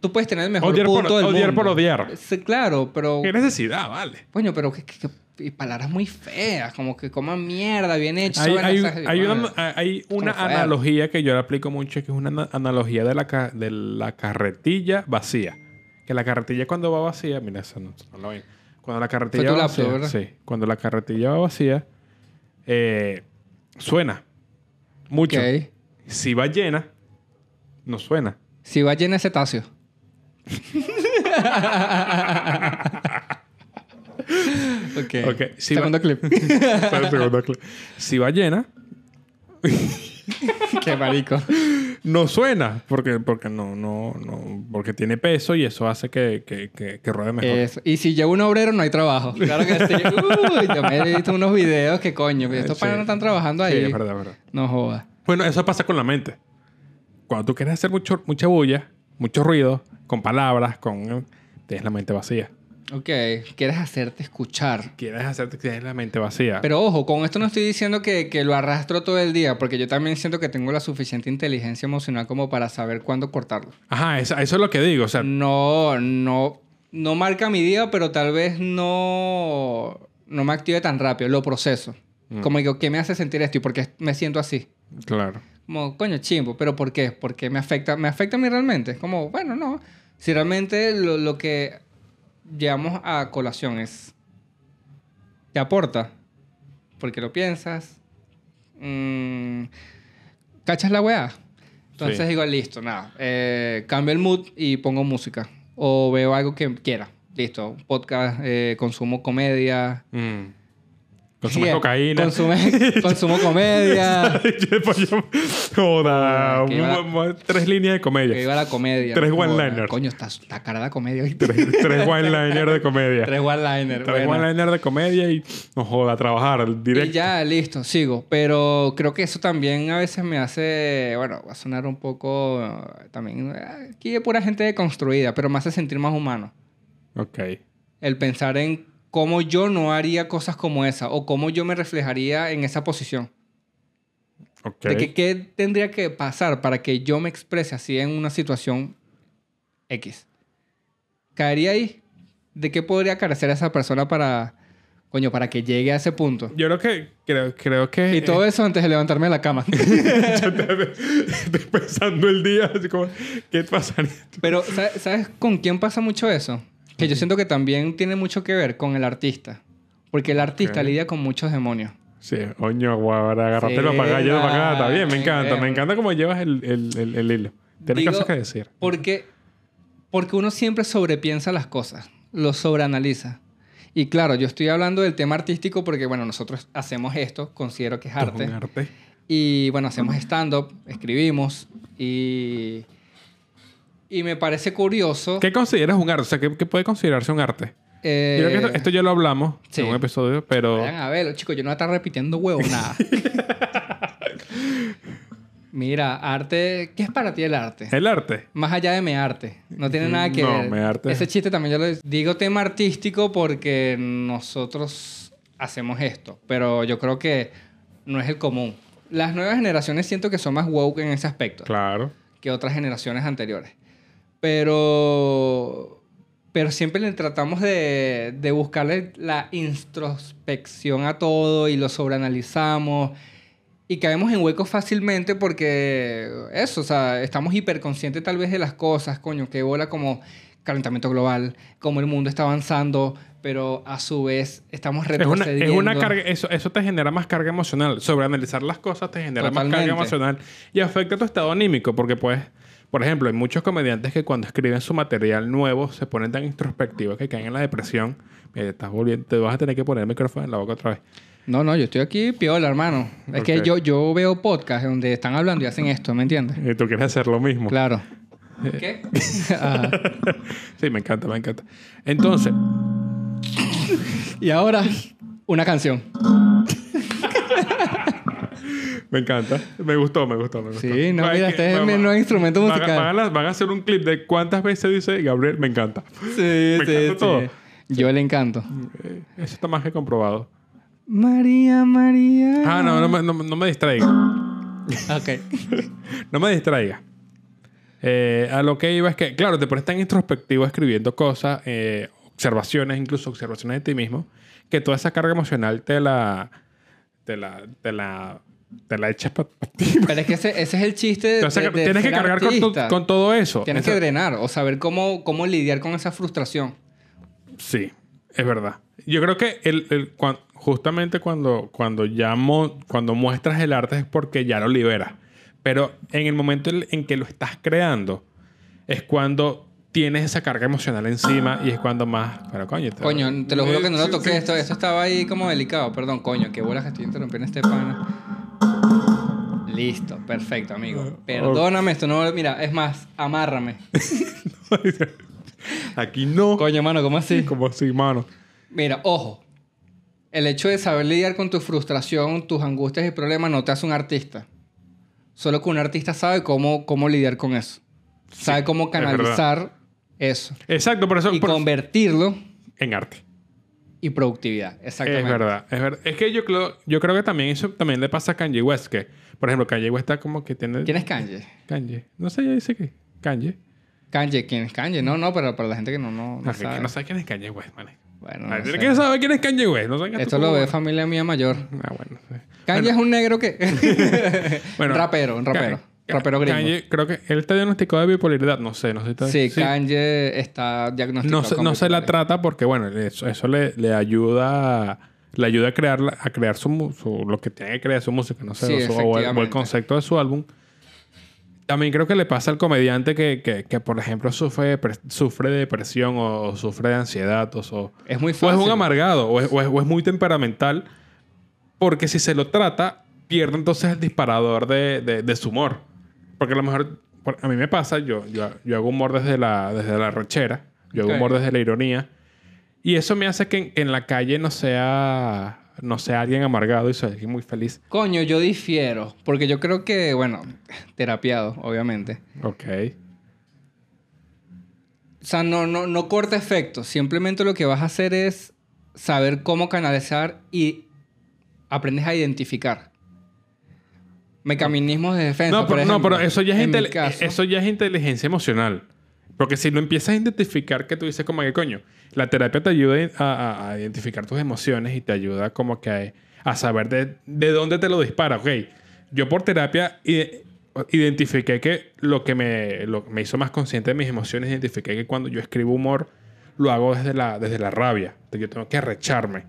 tú puedes tener el mejor
Odiar por-
punto del
odiar
mundo.
por odiar.
Sí, Claro, pero...
Qué necesidad, vale.
Coño, pero que, que- que- y palabras muy feas, como que coman mierda, bien hecho.
Hay,
bueno,
hay-
esas- Ah.
hay
bueno.
una, hay una
Como fuera.
analogía que yo le aplico mucho, que es una ana- analogía de la, ca- de la carretilla vacía. Que la carretilla cuando va vacía, mira, eso no, no lo ven. Cuando la carretilla
tu
va
laptop,
vacía,
¿verdad?
sí, cuando la carretilla va vacía, eh, suena mucho.
Ok.
Si va llena, no
[laughs]
suena. [laughs]
Si va llena de cetáceo. ok.
Ok, si va-
Segundo
[laughs]
clip.
Espera un segundo, Cle- si va llena,
Qué marico.
no suena porque porque no no no porque tiene peso y eso hace que que, que, que ruede mejor.
Eso. Y si llevo un obrero, no hay trabajo. Claro
[laughs]
que sí. Uy, yo me he visto unos videos que coño, estos
Sí.
panas no están trabajando
Sí,
ahí.
es verdad, es verdad.
No jodas.
Bueno, eso pasa con la mente. Cuando tú quieres hacer mucho mucha bulla, mucho ruido con palabras, con tienes la mente vacía.
Ok, quieres hacerte escuchar.
Quieres hacerte tienes la mente vacía.
Pero ojo, con esto no estoy diciendo que, que lo arrastro todo el día, porque yo también siento que tengo la suficiente inteligencia emocional como para saber cuándo cortarlo.
Ajá, eso, eso es lo que digo, o sea,
Mm. No, no, no marca mi día, pero tal vez no, no me active tan rápido, lo proceso. Como digo, ¿qué me hace sentir esto y por qué me siento así?
claro.
Como, coño, chimbo, pero ¿por qué? ¿Por qué me afecta? ¿Me afecta a mí realmente? Es como, bueno, no. Si realmente lo, lo que llevamos a colación es. ¿Te aporta? Porque lo piensas. Mm, ¿Cachas la weá? Entonces
Sí.
digo, listo, nada. Eh, cambio el mood y pongo música. O veo algo que quiera. Listo. Podcast, eh, consumo comedia.
Mm. Consumes
Sí,
cocaína. [laughs]
consume- consumo comedia.
Después yo- Joda.
Mm, Que iba-
mu- mu- Tres líneas de
que
comedia.
iba a la comedia.
Tres
Como,
one-liners.
Coño, está, está cara la comedia. ¿viste?
Tres, [laughs] tres one-liners de comedia.
[laughs] Tres one-liners.
Tres
bueno.
one-liners de comedia y no joda, trabajar
Y
directo.
ya, listo, sigo. Pero creo que eso también a veces me hace, bueno, va a sonar un poco eh, también, eh, aquí hay pura gente construida, pero me hace sentir más humano.
Ok.
El pensar en cómo yo no haría cosas como esa o cómo yo me reflejaría en esa posición.
Ok.
De que qué tendría que pasar para que yo me exprese así en una situación X. ¿Caería ahí? ¿De qué podría carecer esa persona para, coño, para que llegue a ese punto?
Yo creo que. Creo, creo que. [laughs]
Y todo eso antes de levantarme de la cama.
Estoy pensando el día, así como, ¿qué pasaría?
Pero, ¿sa- ¿sabes con quién pasa mucho eso? Que yo siento que también tiene mucho que ver con el artista. Porque el artista
Ok.
lidia con muchos demonios.
Sí, oño, ahora agarraste
Sí,
la para acá, lleva para acá, está
la-
bien, me encanta,
eh,
me encanta cómo llevas el, el, el, el hilo. Tienes
Digo-
cosas que decir.
Porque, porque uno siempre sobrepiensa las cosas, lo sobreanaliza. Y claro, yo estoy hablando del tema artístico porque, bueno, nosotros hacemos esto, considero que es
Esto es
arte.
un arte.
Y bueno, hacemos stand-up, escribimos y... Y me parece curioso...
¿Qué consideras un arte? O sea, ¿qué, qué puede considerarse un arte?
eh,
Yo creo que esto, esto ya lo hablamos
sí.
en un episodio, pero
Vayan a verlo, chicos. Yo no voy a estar repitiendo huevo,
[laughs]
nada. Mira, arte... ¿Qué es para ti el arte?
el arte.
Más allá de me arte. No tiene nada que
No,
ver.
me arte.
Ese chiste también yo lo digo tema artístico porque nosotros hacemos esto. Pero yo creo que no es el común. Las nuevas generaciones siento que son más woke en ese aspecto
Claro.
que otras generaciones anteriores. Pero, pero siempre le tratamos de, de buscarle la introspección a todo y lo sobreanalizamos. Y caemos en huecos fácilmente porque eso, o sea, estamos hiperconscientes tal vez de las cosas, coño, que bola como calentamiento global, como el mundo está avanzando, pero a su vez estamos
Es una,
retrocediendo.
es una carga, eso, eso te genera más carga emocional. Sobreanalizar las cosas te genera más
Totalmente.
carga emocional y afecta tu estado anímico porque pues, por ejemplo, hay muchos comediantes que cuando escriben su material nuevo se ponen tan introspectivos que caen en la depresión. Mira, estás volviendo, te vas a tener que poner el micrófono en la boca otra vez.
No, no, yo estoy aquí piola, hermano. Es que
Ok.
yo, yo veo podcasts donde están hablando y hacen esto, ¿me entiendes?
Y tú quieres hacer lo mismo.
Claro. [laughs] Ah, ¿Qué? Ajá.
Sí, me encanta, me encanta.
[laughs]
Entonces,
y ahora, una canción.
me encanta. Me gustó, me gustó, me gustó.
Sí, no,
Ay, que-
mira, este es
va-
mi
va-
nuevo instrumento
van a- Van
musical.
a, van a hacer un clip de cuántas veces dice Gabriel, me encanta.
Sí,
Me encanta todo.
Yo le encanto.
Eh, Eso está más que comprobado.
María, María.
Ah, no, no, me- no, no me distraiga.
Ok.
No me distraiga. Eh, a lo que iba es que, claro, te pones tan introspectivo escribiendo cosas, eh, observaciones, incluso observaciones de ti mismo, que toda esa carga emocional te la. te la. te la. te la echas para ti.
Pero es que ese, ese es el chiste de,
Entonces,
de- de
tienes que
ser
cargar con, tu-
artista.
con todo eso.
Tienes
Esa-
que drenar o saber cómo, cómo lidiar con esa frustración.
Sí, es verdad. Yo creo que el, el- cuan- justamente cuando, cuando, ya mo- cuando muestras el arte es porque ya lo liberas. Pero en el momento en- en que lo estás creando es cuando tienes esa carga emocional encima y es cuando más... Pero coño, te,
Coño, te lo juro que no lo
Sí,
toqué.
sí.
Esto, esto estaba ahí como delicado. Perdón, coño, qué bolas que estoy interrumpiendo este pana. Listo, perfecto, amigo. Perdóname esto, no. Mira, es más, amárrame.
Aquí no.
Coño, mano, ¿cómo así?
Como así, mano.
Mira, ojo. El hecho de saber lidiar con tu frustración, tus angustias y problemas no te hace un artista. Solo que un artista sabe cómo, cómo lidiar con eso. Sabe cómo
verdad.
canalizar eso.
Exacto, por eso...
Y
por-
convertirlo
En arte.
y productividad.
Es
Exactamente.
verdad, es verdad. Es que yo creo, yo creo que también eso también le pasa a Kanye West, que, por ejemplo, Kanye West está como que tiene...
¿Quién es Kanye?
Kanye. No sé, ya dice que Kanye.
Kanye, ¿quién es Kanye? No, no, pero para la gente que no, no, no
No,
sabe.
que no sabe quién es Kanye West, man.
Bueno, no
Nadie
sé.
que sabe quién es Kanye West. No saben
Esto lo ve familia mía mayor.
Ah, bueno. sí.
Kanye es un negro que...
[laughs] Bueno,
rapero, un rapero.
Ka-
rapero gringo.
Kanye, creo que él está diagnosticado de bipolaridad. No sé, no sé. si está-
sí, Kanye está diagnosticado
No, se-
con
no se la
bipolaridad.
trata porque, bueno, eso, eso le, le ayuda... Le ayuda a crear, la- a crear su, mu- su- lo que tiene que crear su música, no sé,
Sí,
o su- o, el, o el
efectivamente.
concepto de su álbum. También creo que le pasa al comediante que, que, que, por ejemplo, sufre, de pre- sufre de depresión o, o sufre de ansiedad o, so-
Es muy
O Pues es
fácil.
un amargado, o es, o es- o es muy temperamental, Porque si se lo trata, pierde entonces el disparador de, de- de su humor. Porque a lo mejor, por- a mí me pasa, yo, yo, yo hago humor desde la, desde la rechera, yo hago
Ok.
humor desde la ironía. Y eso me hace que en, en la calle no sea, no sea alguien amargado y soy alguien muy feliz.
Coño, yo difiero, porque yo creo que, bueno, terapiado, obviamente.
Ok.
O sea, no, no, no corta efectos, simplemente lo que vas a hacer es saber cómo canalizar y aprendes a identificar. Mecanismos de defensa.
No, pero,
por
no, pero
ejemplo.
eso, ya es
En mi
intele-
caso-
eso ya es inteligencia emocional. Porque si lo empiezas a identificar, que tú dices como que coño, la terapia te ayuda a, a- a identificar tus emociones y te ayuda como que a, a saber de, de dónde te lo dispara. Ok, yo por terapia ide- identifiqué que lo que me, lo- me hizo más consciente de mis emociones, identifiqué que cuando yo escribo humor, lo hago desde la, desde la rabia. Yo tengo que arrecharme.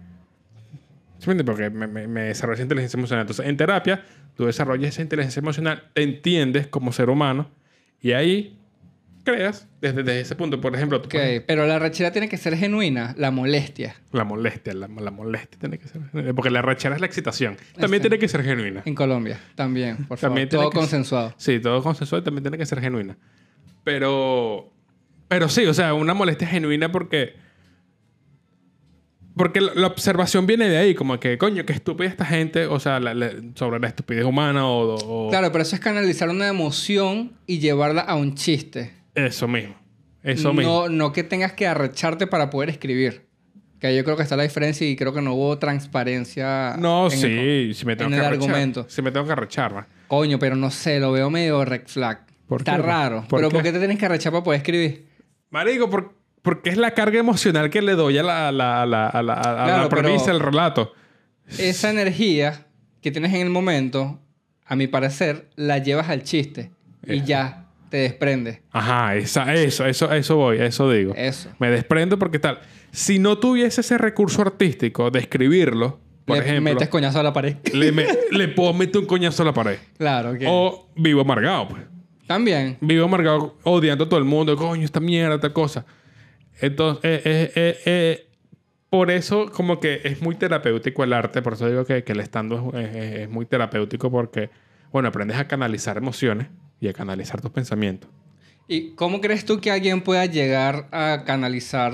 ¿Sí me entiendes? Porque me, me, me desarrolla esa inteligencia emocional. Entonces, en terapia, tú desarrollas esa inteligencia emocional, te entiendes como ser humano y ahí creas desde, desde ese punto. Por ejemplo, tú
Ok,
puedes-
pero la rachera tiene que ser genuina, la molestia.
la molestia, la, la molestia tiene que ser. Porque la rechera es la excitación. También tiene que ser genuina.
Este. En Colombia, también, por favor.
También tiene
Todo
que-
consensuado.
Sí, todo consensual también tiene que ser genuina. Pero. Pero sí, o sea, una molestia genuina porque. Porque la- la observación viene de ahí, como que, coño, qué estúpida esta gente, o sea, la- la- sobre la estupidez humana o, o-
Claro, pero eso es canalizar una emoción y llevarla a un chiste.
Eso mismo. Eso
no,
mismo.
No que tengas que arrecharte para poder escribir. Que ahí yo creo que está la diferencia y creo que no hubo transparencia.
No,
en
sí,
el-
si me tengo
en
que
el
arrechar.
argumento.
Si me tengo que arrechar, ¿va?
Coño, pero no sé, lo veo medio red flag.
¿Por
está
qué?
raro.
¿Por
pero
qué?
¿por qué te tienes que arrechar para poder escribir?
Marico, por- porque es la carga emocional que le doy a la, a la, a la, a la, a la
Claro, pero-
premisa, el relato.
Esa energía que tienes en el momento, a mi parecer, la llevas al chiste y
Eso.
ya te desprendes.
Ajá, esa, eso, eso, eso voy, eso digo.
Eso.
Me desprendo porque tal. Si no tuviese ese recurso artístico de escribirlo, por
le
ejemplo,
metes coñazo a la pared. [laughs]
le, me- le puedo meter un coñazo a la pared.
claro, que.
O vivo amargado, pues.
También.
Vivo amargado odiando a todo el mundo. Coño, esta mierda, tal cosa. Entonces, eh, eh, eh, eh, por eso como que es muy terapéutico el arte. Por eso digo que, que el estando es, es- es muy terapéutico porque, bueno, aprendes a canalizar emociones y a canalizar tus pensamientos.
¿Y cómo crees tú que alguien pueda llegar a canalizar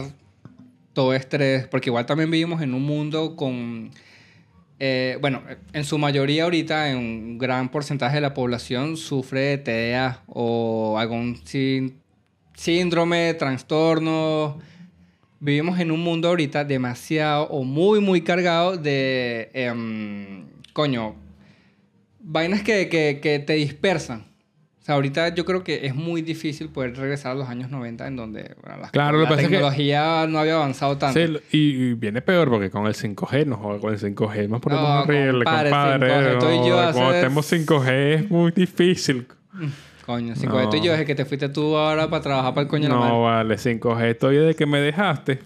todo estrés? Porque igual también vivimos en un mundo con, eh, bueno, en su mayoría ahorita, en un gran porcentaje de la población sufre de TDA o algún sí- síndrome, trastorno. Vivimos en un mundo ahorita demasiado o muy, muy cargado de, em, coño, vainas que, que- que te dispersan. O sea, ahorita yo creo que es muy difícil poder regresar a los años 90 en donde bueno, las-
Claro, lo que
la
pasa es que-
tecnología no había avanzado tanto.
Sí, lo- y, y viene peor porque con el 5G nos joda, con el 5G nos ponemos
No,
horrible,
compadre,
compadre.
5G, tú y
no,
yo
joda,
hace-
cuando tenemos 5G es muy difícil.
Coño, 5G tú y
No.
yo desde que te fuiste tú ahora para trabajar para el coño de la
no
madre.
vale, 5G estoy desde que me dejaste.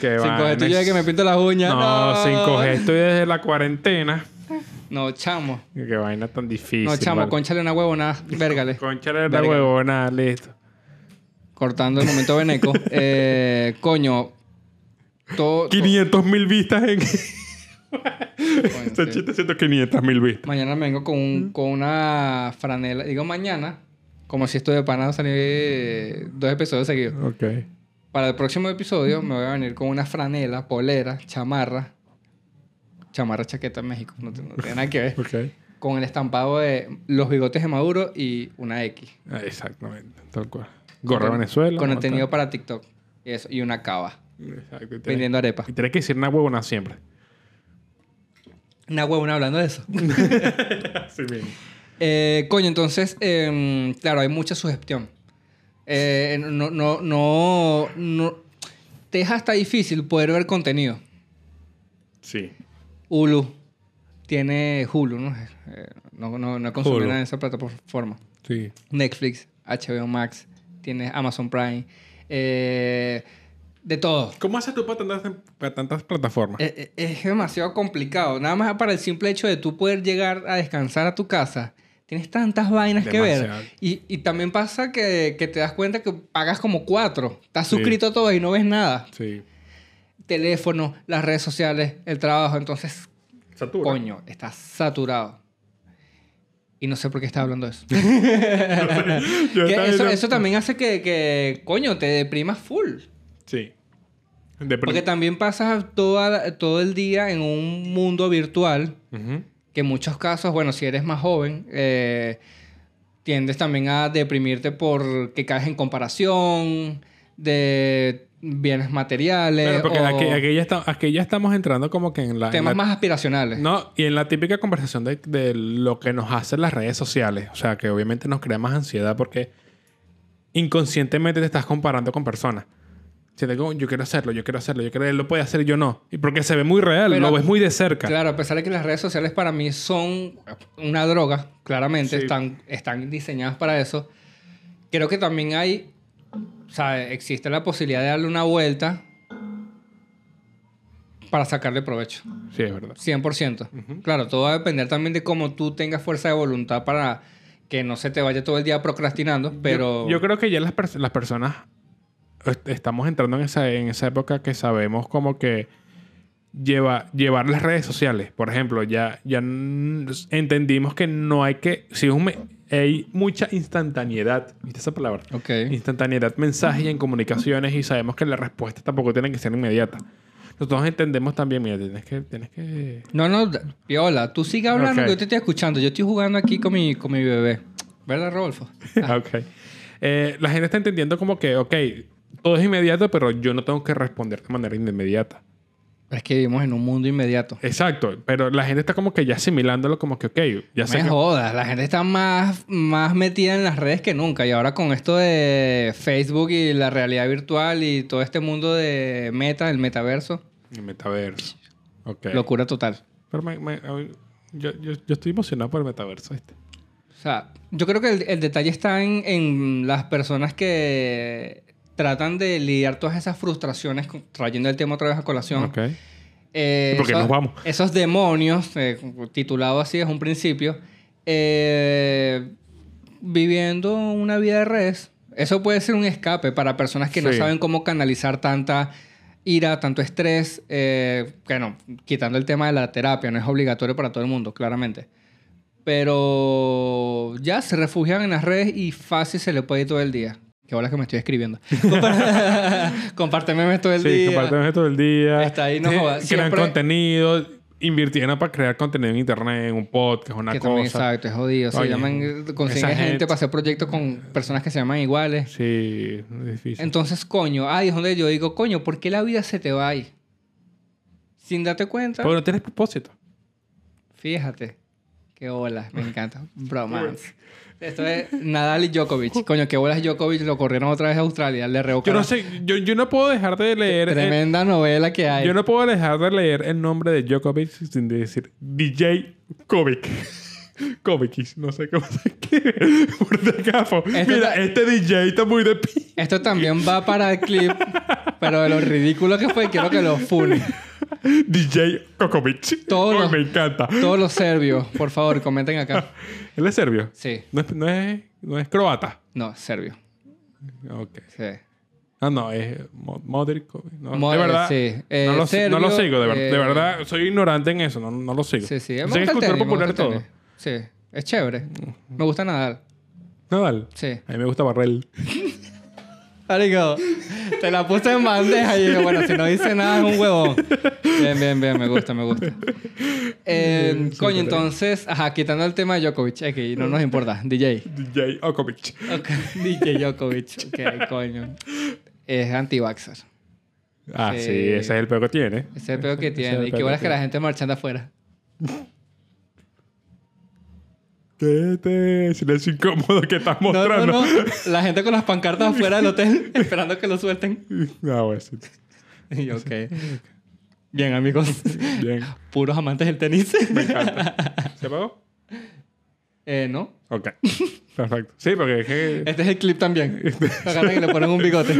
Que
5G tú y yo desde que me pinto las uñas.
No, 5G estoy desde la cuarentena.
No, chamo.
Qué vaina tan difícil.
No, chamo,
vale.
conchale una
[laughs]
huevonada. Vérgale.
Conchale la
Verga.
huevona, listo.
Cortando el momento
[laughs]
veneco. Eh, coño. Todo.
500 mil vistas en. [laughs]
coño,
Este
sí.
chiste siento 500 mil vistas.
Mañana me vengo con, un- con una franela. Digo mañana, como si esto de panado salir dos episodios seguidos.
Ok.
Para el próximo episodio me voy a venir con una franela, polera, chamarra. Chamarra, chaqueta en México. No, tiene- no tiene
[laughs]
nada que ver.
Ok.
Con el estampado de los bigotes de Maduro y una X.
Ah, Exactamente, tal cual. Gorra Venezuela.
Con
¿no?
contenido para TikTok. Eso, y una cava.
Exacto, y tenés-
Vendiendo arepa.
Y tenés que decir una huevona siempre.
Una huevona hablando de eso.
Así mismo.
Eh, coño, entonces, em, claro, hay mucha sugestión. Eh, no, no, no, no. Te es hasta difícil poder ver contenido.
Sí.
Hulu. Tiene Hulu, ¿no? Eh, no, no, no he consumido
Hulu.
nada en esa plataforma.
Sí.
Netflix, HBO Max, tienes Amazon Prime. eh, de todo.
¿Cómo haces tú para tantas, para tantas plataformas?
Eh, eh, Es, demasiado complicado. Nada más para el simple hecho de tú poder llegar a descansar a tu casa. Tienes tantas vainas que
Demasiado.
ver. Y, y también pasa que, que te das cuenta que pagas como cuatro. Estás
Sí.
suscrito a todo y no ves nada.
Sí.
Teléfono, las redes sociales, el trabajo. Entonces,
Satura.
Coño, está saturado. Y no sé por qué estaba
[laughs]
hablando de eso.
[laughs] Yo
Que
estaba
eso,
diciendo-
eso también hace que, que, coño, te deprimas full.
Sí. De
Porque también pasas toda, todo el día en un mundo virtual
Ujú.
que en muchos casos, bueno, si eres más joven, eh, tiendes también a deprimirte por que caes en comparación de bienes materiales
Claro, porque
Este, o
aquí, aquí ya está- aquí ya estamos entrando como que en la... en
temas
la-
más aspiracionales.
No, y en la típica conversación de, de lo que nos hacen las redes sociales. O sea, que obviamente nos crea más ansiedad porque inconscientemente te estás comparando con personas. Sientes como, yo quiero hacerlo, yo quiero hacerlo, yo quiero, él lo puede hacer, yo no. Y porque se ve muy real,
Pero-
lo ves muy de cerca.
Claro, a pesar de que las redes sociales para mí son una droga, claramente
Sí.
están, están diseñadas para eso. Creo que también hay, o sea, existe la posibilidad de darle una vuelta para sacarle provecho.
Sí, es verdad.
100%. Claro, todo va a depender también de cómo tú tengas fuerza de voluntad para que no se te vaya todo el día procrastinando, pero...
Yo, yo creo que ya las, pers- las personas est- estamos entrando en esa, en esa época que sabemos como que lleva, llevar las redes sociales. Por ejemplo, ya, ya n- entendimos que no hay que... Si es un me- hay mucha instantaneidad. ¿Viste esa palabra?
Ok.
Instantaneidad, mensaje y en comunicaciones y sabemos que las respuestas tampoco tienen que ser inmediatas. Nosotros entendemos también, mira, tienes que... Tienes que...
No, no, d- Viola, tú sigue hablando,
Ok.
que yo te estoy escuchando. Yo estoy jugando aquí con mi, con mi bebé. ¿Verdad, Rodolfo?
[laughs] Ah, Ok. Eh, la gente está entendiendo como que, ok, todo es inmediato, pero yo no tengo que responder de manera inmediata.
Es que vivimos en un mundo
Eh,
inmediato.
Exacto, pero la gente está como que ya asimilándolo como que, ok, ya sé
me
que-
jodas, la gente está más, más metida en las redes que nunca. Y ahora con esto de Facebook y la realidad virtual y todo este mundo de meta, el metaverso,
El metaverso. Ok.
locura total.
Pero me- me- a mí- yo, yo- yo estoy emocionado por el metaverso este.
O sea, yo creo que el, el detalle está en, en las personas que tratan de lidiar todas esas frustraciones, con- trayendo el tema otra vez a colación.
Ok.
Eh,
Porque
esos,
nos vamos.
Esos demonios, eh, titulado así es un principio, eh, viviendo una vida de redes. Eso puede ser un escape para personas que no
Sí.
saben cómo canalizar tanta ira, tanto estrés. eh, bueno, quitando el tema de la terapia, no es obligatorio para todo el mundo, claramente. Pero ya se refugian en las redes y fácil se le puede ir todo el día. Qué bolas que me
[laughs]
estoy escribiendo. Compárteme memes todo el
Sí,
día.
comparten todo el día.
Está ahí, no
Sí,
jodas.
Crean
Siempre-
contenido, invirtieron para crear contenido en internet, en un podcast, una
que
cosa.
también, exacto, es jodido. Se
Oye,
llaman, eh, consiguen
esa
gente,
gente-
para hacer proyectos con personas que se llaman iguales.
Sí, es difícil.
Entonces, coño, ahí es donde yo digo, coño, ¿por qué la vida se te va ahí? Sin darte cuenta,
pero no tienes propósito.
fíjate. Qué bola, me encanta. Bromance. Esto es Nadal y Djokovic. Coño, qué bolas Djokovic lo corrieron otra vez a Australia, le
Yo
revocaron.
no sé, yo, yo no puedo dejar de leer. el-
Tremenda novela que hay.
yo no puedo dejar de leer el nombre de Djokovic sin decir DJ Kovic. [laughs] Kovic, no sé cómo se escribe. [laughs] Por de capo.
Este
Mira,
ta-
este DJ está muy de pi. [laughs]
Esto también va para el clip, pero de lo ridículo que fue, quiero que lo funen.
DJ Kokovic.
Todos
Ay,
los-
Oh, me encanta.
Todos los serbios, por favor, comenten acá.
Él es serbio.
Sí,
No es, no es, no es croata.
no, serbio.
Ok.
Sí.
No, no, es Mo- Modric. Kovic. No,
Modric,
de verdad.
sí. Eh,
no, lo, sé- no lo
serbio,
sigo, de, ver-
eh,
de verdad. Soy ignorante en eso, no, no lo sigo.
Sí, sí.
Sé
Me
que es
gusta el
cultura
tenis, me
popular
gusta el
todo.
tenis. Sí. Es chévere. Me gusta nadar.
Nadal.
Sí.
A mí me gusta Barrel.
Marico, te la puse en bandeja y digo, bueno, si no dice nada es un huevón. Bien, bien, bien. Me gusta, me gusta. Eh, coño, entonces... Ajá, quitando el tema de Djokovic. Es que no nos importa. DJ.
DJ Okovic.
Ok, DJ Djokovic. Ok, coño. Es anti-vaxxer.
Ah, sí.
Sí.
ese es el peor que tiene.
Ese es el peor que
[laughs] Ese es
tiene.
el
Y
peor
qué bueno es que
tiene.
la gente marchando afuera.
¿Qué te silencio incómodo que estás
No, no,
mostrando?
no. La gente con las pancartas afuera del
[laughs]
hotel esperando que lo suelten.
Ah, bueno, sí.
[laughs] Y yo, ok. Bien, amigos.
Bien.
[laughs] Puros amantes del tenis.
Me encanta. ¿Se apagó?
[laughs] eh, ¿No?
Ok. Perfecto. Sí, porque es
[laughs]
que...
Este es el clip también. Agarran y le ponen un bigote.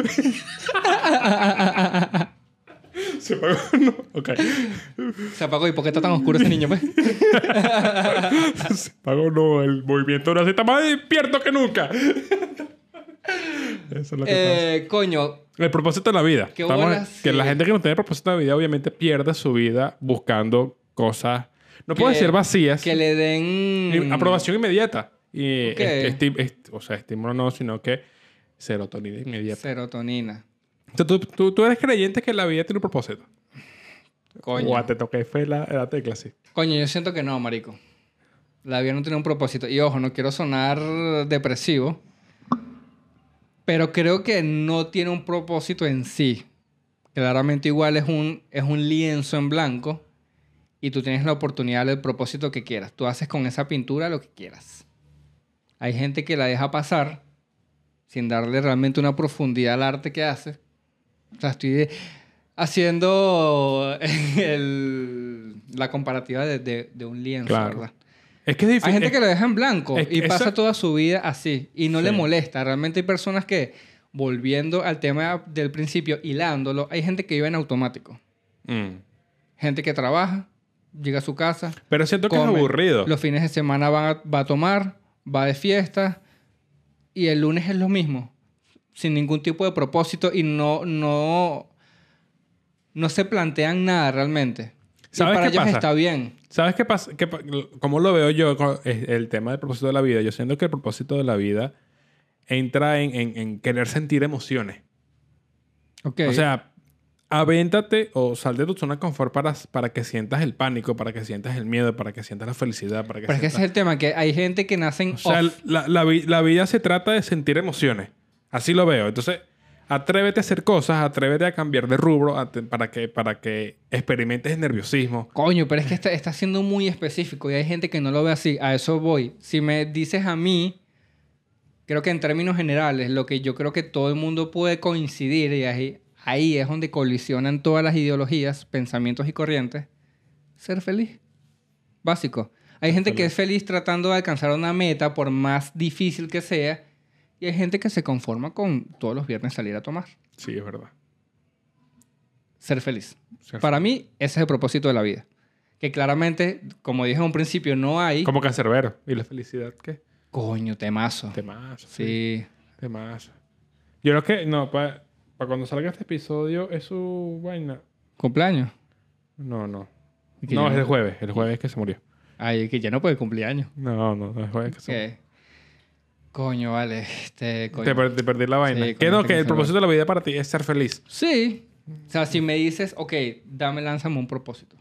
¿Se apagó? [laughs] No. Ok.
Se apagó. ¿Y por qué está tan oscuro ese niño, [laughs] pues?
Se apagó. No, el movimiento ahora sí está más despierto que nunca. [laughs] Eso es lo que
Eh, coño.
pasa. El propósito de la vida.
qué
Estamos-
bolas,
Que
sí.
la gente que no tiene propósito de la vida obviamente pierde su vida buscando cosas No puedo
Que-
decir vacías.
Que le den...
Eh, Aprobación inmediata. Y
Mm. Ok.
este- este- este- o sea, estímulo no, sino que serotonina inmediata.
Serotonina.
O sea, tú, tú- tú eres creyente que la vida tiene un propósito.
Coño.
O te toqué fue la, la tecla, sí.
Coño, yo siento que no, marico. La vida no tiene un propósito. Y ojo, no quiero sonar depresivo. Pero creo que no tiene un propósito en sí. Claramente igual es un, es un lienzo en blanco. Y tú tienes la oportunidad del propósito que quieras. Tú haces con esa pintura lo que quieras. Hay gente que la deja pasar sin darle realmente una profundidad al arte que hace. O sea, estoy de- haciendo [laughs] el- la comparativa de, de- de un lienzo,
Claro.
¿verdad?
Es que es difícil.
Hay gente que
es-
lo deja en blanco
es que
y pasa
esa-
toda su vida así y no le
Sí.
molesta. Realmente hay personas que, volviendo al tema del principio, hilándolo, hay gente que vive en automático.
Mm.
Gente que trabaja, llega a su casa,
Pero siento que es
come,
aburrido.
los fines de semana va a, va a tomar, va de fiesta y el lunes es lo mismo, sin ningún tipo de propósito y no, no, no se plantean nada realmente. Y
¿Sabes
para
qué
ellos
pasa?
está bien.
¿Sabes qué pasa? ¿Qué pa- ¿Cómo lo veo yo con es- el tema del propósito de la vida? Yo siento que el propósito de la vida entra en, en- en querer sentir emociones.
Ok.
O sea, avéntate o sal de tu zona de confort para, para que sientas el pánico, para que sientas el miedo, para que sientas la felicidad, para que
pero es que ese
sientas...
es el tema, que hay gente que nacen
O sea, la, la vi- la vida se trata de sentir emociones. Así lo veo. Entonces, atrévete a hacer cosas, atrévete a cambiar de rubro a te- para, que, para que experimentes el nerviosismo.
Coño, pero es que está, está siendo muy específico y hay gente que no lo ve así. A eso voy. Si me dices a mí, creo que en términos generales, lo que yo creo que todo el mundo puede coincidir y ahí, ahí es donde colisionan todas las ideologías, pensamientos y corrientes, ser feliz. Básico. Hay gente que es feliz tratando de alcanzar una meta, por más difícil que sea, y hay gente que se conforma con todos los viernes salir a tomar.
Sí, es verdad.
Ser feliz.
Ser
Para mí, ese es el propósito de la vida. Que claramente, como dije en un principio, no hay.
Como cancerbero. ¿Y la felicidad qué?
Coño, temazo.
Temazo.
Sí.
Temazo. Yo creo que, no, para cuando salga este episodio, es su vaina.
¿Cumpleaños?
No, no.
¿Y que
No,
yo
es
no-
el jueves. El jueves que se murió.
Ay, que ya no puede cumpleaños.
No, no, no, el jueves que se murió.
¿Qué? Coño, vale. Este, coño.
Te, per- te perdí la vaina.
Sí,
que no,
coño,
que el
cancerbero.
propósito de la vida para ti es ser feliz.
Sí. O sea, si me dices, ok, dame, lánzame un propósito.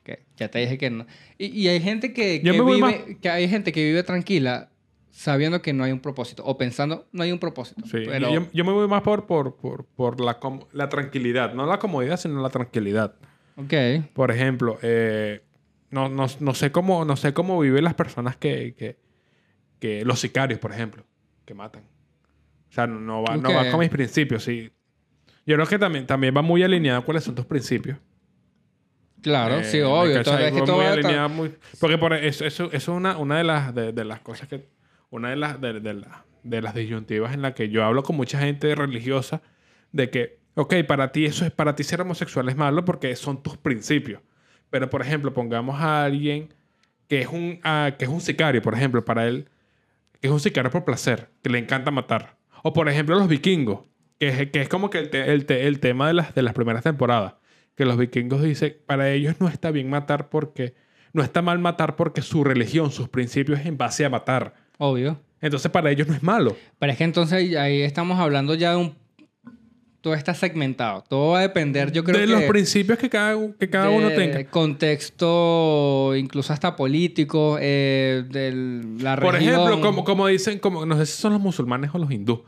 Ok, ya te dije que no. Y, y hay gente que,
Yo
que
me voy
vive, que hay gente que vive tranquila sabiendo que no hay un propósito. O pensando, no hay un propósito.
Sí,
Pero-
yo, yo me voy más por, por, por, por la, com- la tranquilidad. No la comodidad, sino la tranquilidad.
Ok.
Por ejemplo, eh, no, no, no sé cómo, no sé cómo viven las personas que, que, que- Los sicarios, por ejemplo, que matan. O sea, no, no va, no va
Ok.
con mis principios. Sí. Yo creo que también, también va muy alineado cuáles son tus principios.
Claro,
Eh,
sí,
me
obvio.
calza
Todo,
ahí,
es que
va
todo
muy
va a-
alineado, muy- Porque por eso, eso, eso es una, una de, las, de, de las cosas que... Una de las, de, de la- de las disyuntivas en la que yo hablo con mucha gente religiosa de que, ok, para ti eso es, para ti ser homosexual es malo porque son tus principios. Pero, por ejemplo, pongamos a alguien que es un, ah, que es un sicario, por ejemplo, para él, que es un sicario por placer, que le encanta matar. O, por ejemplo, los vikingos, que es, que es como que el, te- el te- el tema de las, de las primeras temporadas, que los vikingos dicen, para ellos no está bien matar porque, no está mal matar porque su religión, sus principios es en base a matar.
Obvio.
Entonces, para ellos no es malo.
Pero es que entonces ahí- ahí estamos hablando ya de un... Todo está segmentado. Todo va a depender, yo creo
de
que...
los principios que cada, que cada uno
de
tenga.
contexto, incluso hasta político, eh, de la
Por
región.
ejemplo, como, como dicen, como, no sé si son los musulmanes o los hindús,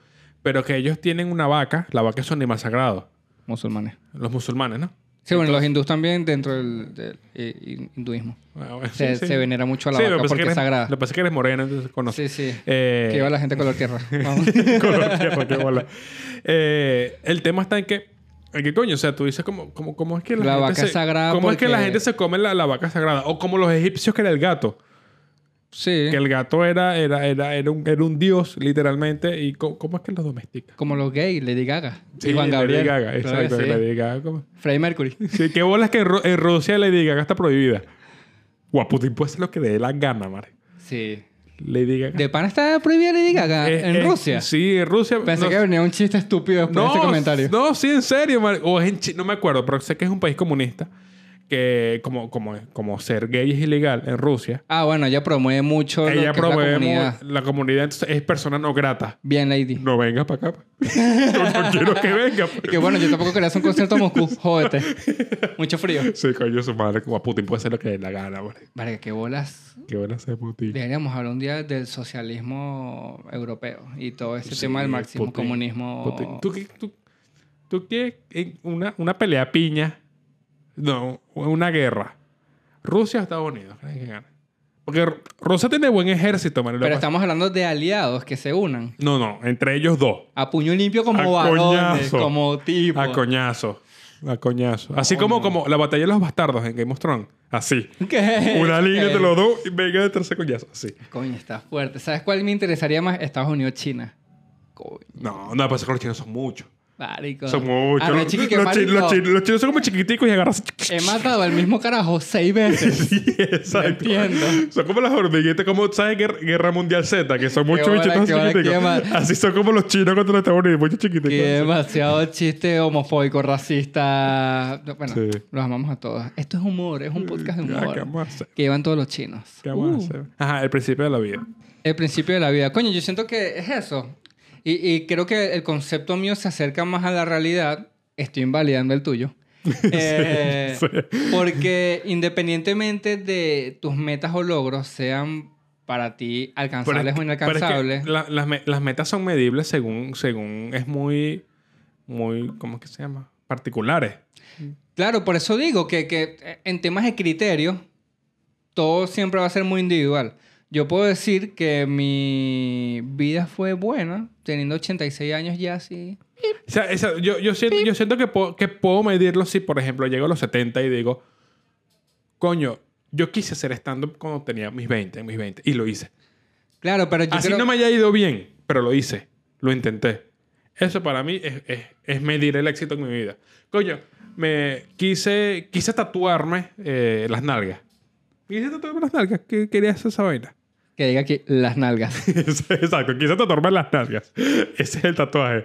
pero que ellos tienen una vaca, la vaca es un animal sagrado,
Musulmanes.
los musulmanes, ¿no?
Sí, bueno, los hindús también dentro del, del, eh, hin- hinduismo.
Ah, bueno,
Se,
sí, sí.
se venera mucho a la
Sí,
vaca
lo que pasa
porque
que
es
eres-
sagrada.
Lo que pasa es que eres moreno, entonces
Sí,
conoces.
sí.
Eh,
que iba la gente
[laughs]
color tierra. Vamos.
color tierra, qué bola. Eh, el tema está en que. ¿en ¿Qué coño? O sea, tú dices, ¿cómo, cómo, cómo es que la,
La
gente
vaca
se-
sagrada
¿Cómo es que la
porque-
gente se come la, la vaca sagrada? O como los egipcios que era el gato.
sí.
[laughs] Que el gato era, era, era, era, un, era un dios, literalmente. ¿Y cómo, cómo es que los domestica?
Como los gays, Lady Gaga.
Sí,
y Juan
Lady
Gabriel.
Gaga,
Claro que
exacto.
sí.
Lady Gaga, ¿cómo?
Freddie Mercury.
Sí, qué bolas que en, Ru- en Rusia Lady Gaga está prohibida. Guaputín puede hacer lo que le dé la gana, madre.
Sí.
Lady Gaga.
De pan está prohibida Lady Gaga
Eh,
en
eh,
Rusia.
Sí, en Rusia.
Pensé
no-
que venía un chiste estúpido después de este comentario.
No, sí, en serio, mar- O es en Chi- no me acuerdo, pero sé que es un país comunista. que que como, como, como ser gay es ilegal en Rusia,
Ah, bueno, ella promueve mucho
ella
lo que es
promueve
la
mu-
comunidad.
la comunidad entonces, es persona no grata.
Bien, Lady.
No vengas para acá.
[laughs]
pues. Yo no quiero que venga.
Y
pues.
que bueno, yo tampoco quería hacer un concierto a Moscú. Jódete. Mucho frío.
Sí, coño, su madre, como a Putin puede hacer lo que le dé la gana, vale.
Vale, qué bolas.
Qué bueno ser Putin.
Deberíamos hablar un día del socialismo europeo y todo ese
Sí,
tema del marxismo,
Putin,
comunismo.
Putin. ¿Tú, qué- tú, tú qué- en una, una pelea a piña? No, una guerra. Rusia o Estados Unidos. ¿Crees que gana? Porque Ru- Rusia tiene buen ejército, Manuel.
Pero estamos hablando de aliados que se unan.
No, no, entre ellos dos.
A puño limpio como
A
varones,
coñazo.
como tipo.
A coñazo. A coñazo. Así como, como la batalla de los bastardos en Game of Thrones. Así.
¿Qué?
Una línea
¿Qué?
entre los dos y venga de tercer coñazo. Así.
Coño, está fuerte. ¿Sabes cuál me interesaría más? Estados Unidos-China. Coño,
No, no, pasa que los chinos son muchos.
marico.
Son muchos.
Ah, no,
Los,
chiqui, que
los chi- los
marico.
chi- los chinos son como chiquiticos y agarras.
He matado al mismo carajo seis veces.
[laughs] Sí, exacto.
entiendo.
Son como las hormiguitas, como ¿sabes? Guer- Guerra Mundial Z, que son muchos
bola,
bichitos así
qué bola,
chiquiticos.
qué mal.
Así son como los chinos contra los Estados Unidos, muchos chiquiticos.
Que demasiado chiste homofóbico, racista. No, Bueno,
Sí.
los amamos a todos. Esto es humor, es un podcast de
Ah, ¿Qué
humor.
vamos a hacer?
Que llevan todos los chinos. Uh.
¿Qué vamos a hacer? Ajá, el principio de la vida.
El principio de la vida. Coño, yo siento que es eso. Y, y creo que el concepto mío se acerca más a la realidad. Estoy invalidando
[laughs]
el tuyo. Eh,
sí.
Porque independientemente de tus metas o logros sean para ti
Pero es
alcanzables
que-
o
pero es que
inalcanzables.
la- las, me- las metas son medibles según, según es muy, muy, ¿cómo es que se llama? Particulares.
Claro, por eso digo que, que eh, en temas de criterio, todo siempre va a ser muy individual. Yo puedo decir que mi vida fue buena, teniendo 86 años ya así.
O sea, esa- yo, yo siento, yo siento que, puedo, que puedo medirlo si, por ejemplo, llego a los 70 y digo, coño, yo quise hacer stand-up cuando tenía mis 20, mis 20, y lo hice.
Claro, pero yo
Así
creo-
no me haya ido bien, pero lo hice, lo intenté. Eso para mí es, es- es medir el éxito en mi vida. Coño, me quise, quise tatuarme eh, las nalgas. Quise tatuarme las nalgas, que quería hacer esa vaina. [laughs]
Que diga aquí las nalgas.
Exacto, quise tatuarme las nalgas. Ese es el tatuaje.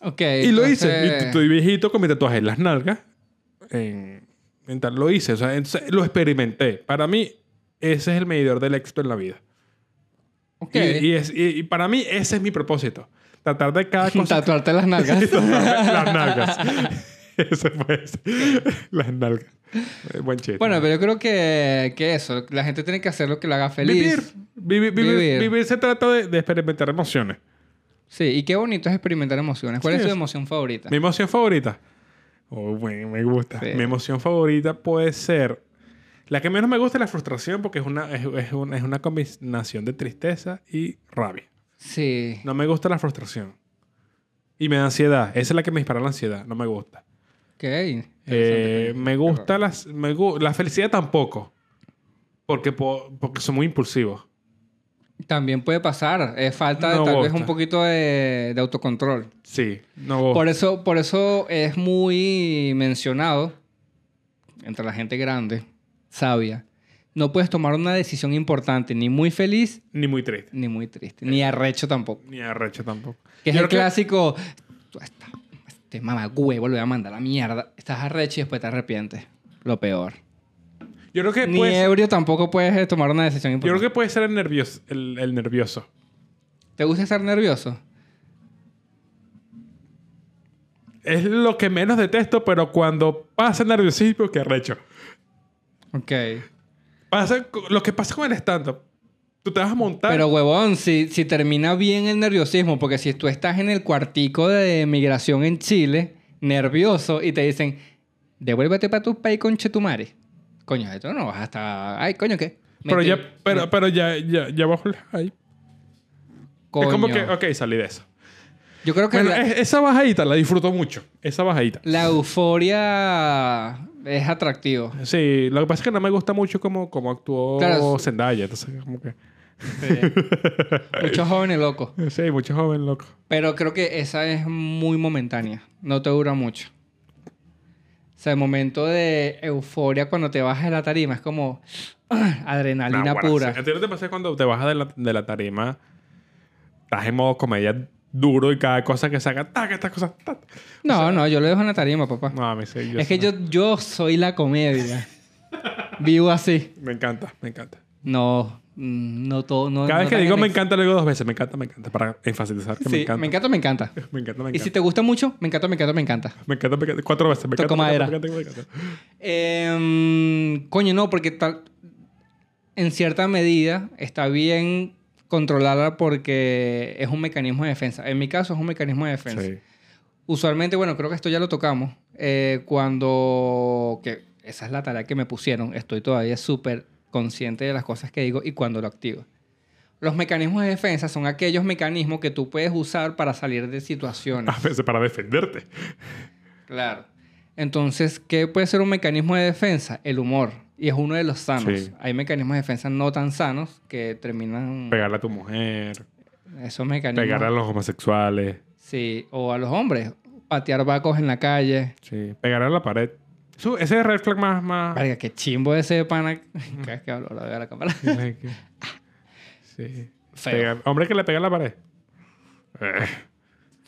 Ok.
Y lo hice. Y
entonces-
estoy viejito con mi tatuaje en las nalgas. En, en tal, lo hice. O sea, entonces, lo experimenté. Para mí, ese es el medidor del éxito en la vida.
Ok.
Y, y es- y- y para mí, ese es mi propósito. Tratar de
[laughs]
cada cosa.
Tatuarte
[laughs]
las nalgas.
las
[laughs]
nalgas. [laughs] Eso fue. eso. Las nalgas. Eh, Buen chiste.
bueno, pero yo creo que, que eso. La gente tiene que hacer lo que la haga feliz.
vivir. Vivi- vivi-
Vivir.
vivir se trata de, de experimentar emociones.
Sí, y qué bonito es experimentar emociones. ¿Cuál
Sí,
es tu
es-
emoción favorita?
Mi emoción favorita. Oh, me, me gusta.
Sí.
Mi emoción favorita puede ser. La que menos me gusta es la frustración porque es una, es, es una, es una combinación de tristeza y rabia.
Sí.
No me gusta la frustración. Y me da ansiedad. Esa es la que me dispara la ansiedad. No me gusta.
Ok. Interesante,
Eh,
coño.
me gusta las, me gu- la felicidad tampoco. Porque, po- porque son muy impulsivos.
También puede pasar. Es falta de
No
tal vez
gusta.
un poquito de, de autocontrol.
Sí. No gusta.
Por eso, por eso es muy mencionado entre la gente grande, sabia. No puedes tomar una decisión importante, ni muy feliz,
Ni muy triste.
ni muy triste, ni arrecho tampoco.
Ni arrecho tampoco.
Que es
Yo
el
creo
clásico, "Tú esta- este mamá huevo lo voy a mandar a la mierda. Estás arrecho y después te arrepientes. Lo peor.
Yo creo que
Ni
puede ser-
ebrio tampoco puedes eh, tomar una decisión
Eh, pues, yo creo
importante.
que puede ser el nervioso. El, el nervioso.
¿Te gusta estar nervioso?
Es lo que menos detesto, pero cuando pasa el nerviosismo, que arrecho.
Ok.
Pasa, lo que pasa con el stand-up. Tú te vas a montar.
Pero huevón, si, si termina bien el nerviosismo, porque si tú estás en el cuartico de migración en Chile, nervioso, y te dicen, devuélvete para tu país, conchetumare. Coño, esto no vas hasta... Ay, coño, ¿qué?
pero
Mete-
ya, pero, pero ya, ya, ya bajo el hype.
Coño.
Es como que, ok, salí de eso.
Yo creo que
Bueno,
la,
es- esa bajadita la disfruto mucho. Esa bajadita.
la euforia es atractivo.
Sí, lo que pasa es que no me gusta mucho cómo, cómo actuó
Claro.
Zendaya. Entonces, como que.
Muchos jóvenes locos.
Sí, mucho joven loco.
Pero creo que esa es muy momentánea. No te dura mucho. O sea, el momento de euforia cuando te bajas de la tarima es como [sniffs] ah, adrenalina
Nah, guarda,
pura.
sí. ¿A ti no te pasa cuando te bajas de la, de la tarima? Estás en modo comedia duro y cada cosa que saca, tac, estas cosas. tac.
No, no, yo lo dejo en la tarima, papá.
No, a mí sí,
es que
sí,
yo, yo soy la comedia. Vivo así.
Me encanta, me encanta.
No, mm, no todo. No,
Cada
no
vez que
tan
digo
en
me
ex-
encanta, lo digo dos veces. Me encanta, me encanta. Para enfatizar que
Sí,
me encanta.
me encanta, me encanta.
[laughs] Me encanta, me
Y
encanta.
si te gusta mucho, me encanta, me encanta, me encanta.
Me encanta, me encanta. Cuatro veces. Me
Toco
encanta, me encanta,
madera.
me encanta, me encanta.
Em, coño, no, porque tal, en cierta medida está bien controlarla porque es un mecanismo de defensa. En mi caso es un mecanismo de defensa.
Sí.
Usualmente, bueno, creo que esto ya lo tocamos. eh, cuando. que esa es la tarea que me pusieron. Estoy todavía súper consciente de las cosas que digo y cuando lo activo. Los mecanismos de defensa son aquellos mecanismos que tú puedes usar para salir de situaciones.
A veces para defenderte.
Claro. Entonces, ¿qué puede ser un mecanismo de defensa? El humor. Y es uno de los sanos.
Sí.
Hay mecanismos de defensa no tan sanos que terminan.
Pegarle a tu mujer.
esos mecanismos.
Pegarle a los homosexuales.
Sí, o a los hombres. Patear vacos en la calle.
Sí. Pegarle a la pared. Eso- ese es el red flag más... más...
Verga, qué chimbo ese de pana. [laughs] Cada vez que hablo, lo veo a la cámara.
sí.
Feo.
[laughs] Pegar- Hombre que le pega a la pared. Eh.